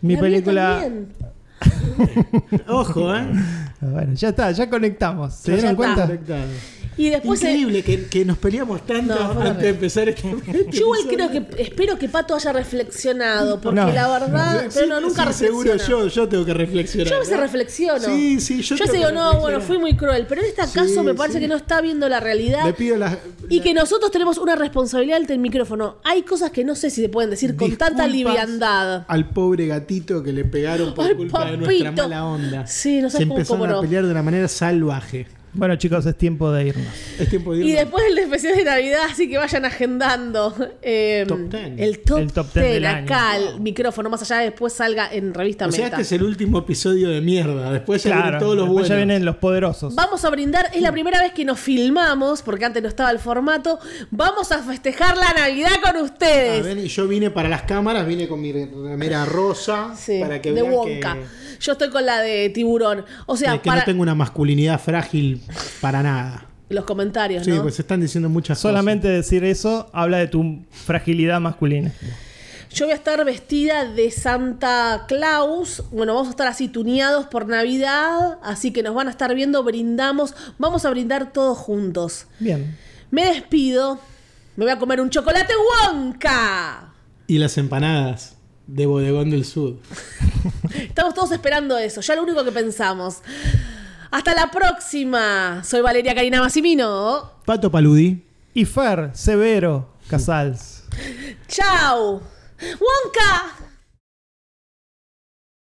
Speaker 3: Mi
Speaker 1: La mía
Speaker 3: película.
Speaker 1: también.
Speaker 2: Ojo, ¿eh?
Speaker 3: Ah, Bueno, ya está, ya conectamos. ¿Se
Speaker 1: Ya
Speaker 3: dieron
Speaker 1: está.
Speaker 3: cuenta?
Speaker 2: Conectado.
Speaker 1: Y después. eh,
Speaker 2: Increíble que, que nos peleamos tanto
Speaker 1: No, fue
Speaker 2: antes de
Speaker 1: terrible.
Speaker 2: empezar este
Speaker 1: yo igual creo que. Espero que Pato haya reflexionado. Porque
Speaker 3: No.
Speaker 1: la verdad.
Speaker 2: Sí,
Speaker 1: Ah, pero no, nunca
Speaker 2: sí, seguro
Speaker 1: reflexiona.
Speaker 2: yo, yo tengo que reflexionar.
Speaker 1: Yo a veces
Speaker 2: ¿no?
Speaker 1: reflexiono.
Speaker 2: Sí, sí, yo
Speaker 1: Yo
Speaker 2: creo
Speaker 1: sé,
Speaker 2: que
Speaker 1: digo, no, bueno,
Speaker 2: reflexiona.
Speaker 1: fui muy cruel, pero en este caso me parece
Speaker 2: sí.
Speaker 1: que no está viendo la realidad.
Speaker 2: Le pido las.
Speaker 1: Y que nosotros tenemos una responsabilidad ante el micrófono. Hay cosas que no sé si se pueden decir con tanta
Speaker 2: disculpas
Speaker 1: liviandad.
Speaker 2: Al pobre gatito que le pegaron por
Speaker 1: Ay,
Speaker 2: culpa de
Speaker 1: papito.
Speaker 2: nuestra mala onda.
Speaker 1: Sí, no sabes
Speaker 2: Se
Speaker 1: cómo
Speaker 2: empezaron
Speaker 1: cobró.
Speaker 2: a pelear de una manera salvaje.
Speaker 3: Bueno, chicos, es tiempo de irnos.
Speaker 2: Es tiempo de
Speaker 1: Y
Speaker 2: irnos.
Speaker 1: después el especial de Navidad, así que vayan agendando eh,
Speaker 2: Top ten.
Speaker 1: el top,
Speaker 3: El top ten
Speaker 1: 10
Speaker 3: del
Speaker 1: acá
Speaker 3: año.
Speaker 1: al micrófono, más allá de después salga en revista
Speaker 2: O sea,
Speaker 1: Meta.
Speaker 2: este es el último episodio de mierda. Después ya vienen todos los
Speaker 3: después
Speaker 2: buenos.
Speaker 3: ya vienen los poderosos.
Speaker 1: Vamos a brindar, es la primera vez que nos filmamos, porque antes no estaba el formato. Vamos a festejar la Navidad con
Speaker 2: Ah,
Speaker 1: ustedes.
Speaker 2: ven, y yo vine para las cámaras, vine con mi remera rosa.
Speaker 1: Sí,
Speaker 2: para que
Speaker 1: de
Speaker 2: vean
Speaker 1: Wonka.
Speaker 2: que-
Speaker 1: Yo estoy con la de tiburón. O sea,
Speaker 2: que, que
Speaker 1: para
Speaker 2: no tengo una masculinidad frágil para nada.
Speaker 1: los comentarios,
Speaker 2: Sí,
Speaker 1: ¿no?
Speaker 2: pues están diciendo muchas
Speaker 3: Solamente decir eso habla de tu fragilidad masculina.
Speaker 1: Yo voy a estar vestida de Santa Claus. Bueno, vamos a estar así tuneados por Navidad. Así que nos van a estar viendo, brindamos. Vamos a brindar todos juntos.
Speaker 3: Bien.
Speaker 1: Me despido. Me voy a comer un chocolate Wonka.
Speaker 2: cosas. Y las empanadas de Bodegón del Sur.
Speaker 1: Estamos todos esperando eso. Ya lo único que pensamos. Hasta la próxima. Soy Valeria Karina Massimino.
Speaker 2: Pato Paludí.
Speaker 3: Y Fer, Severo, Casals.
Speaker 1: Chao. Wonka.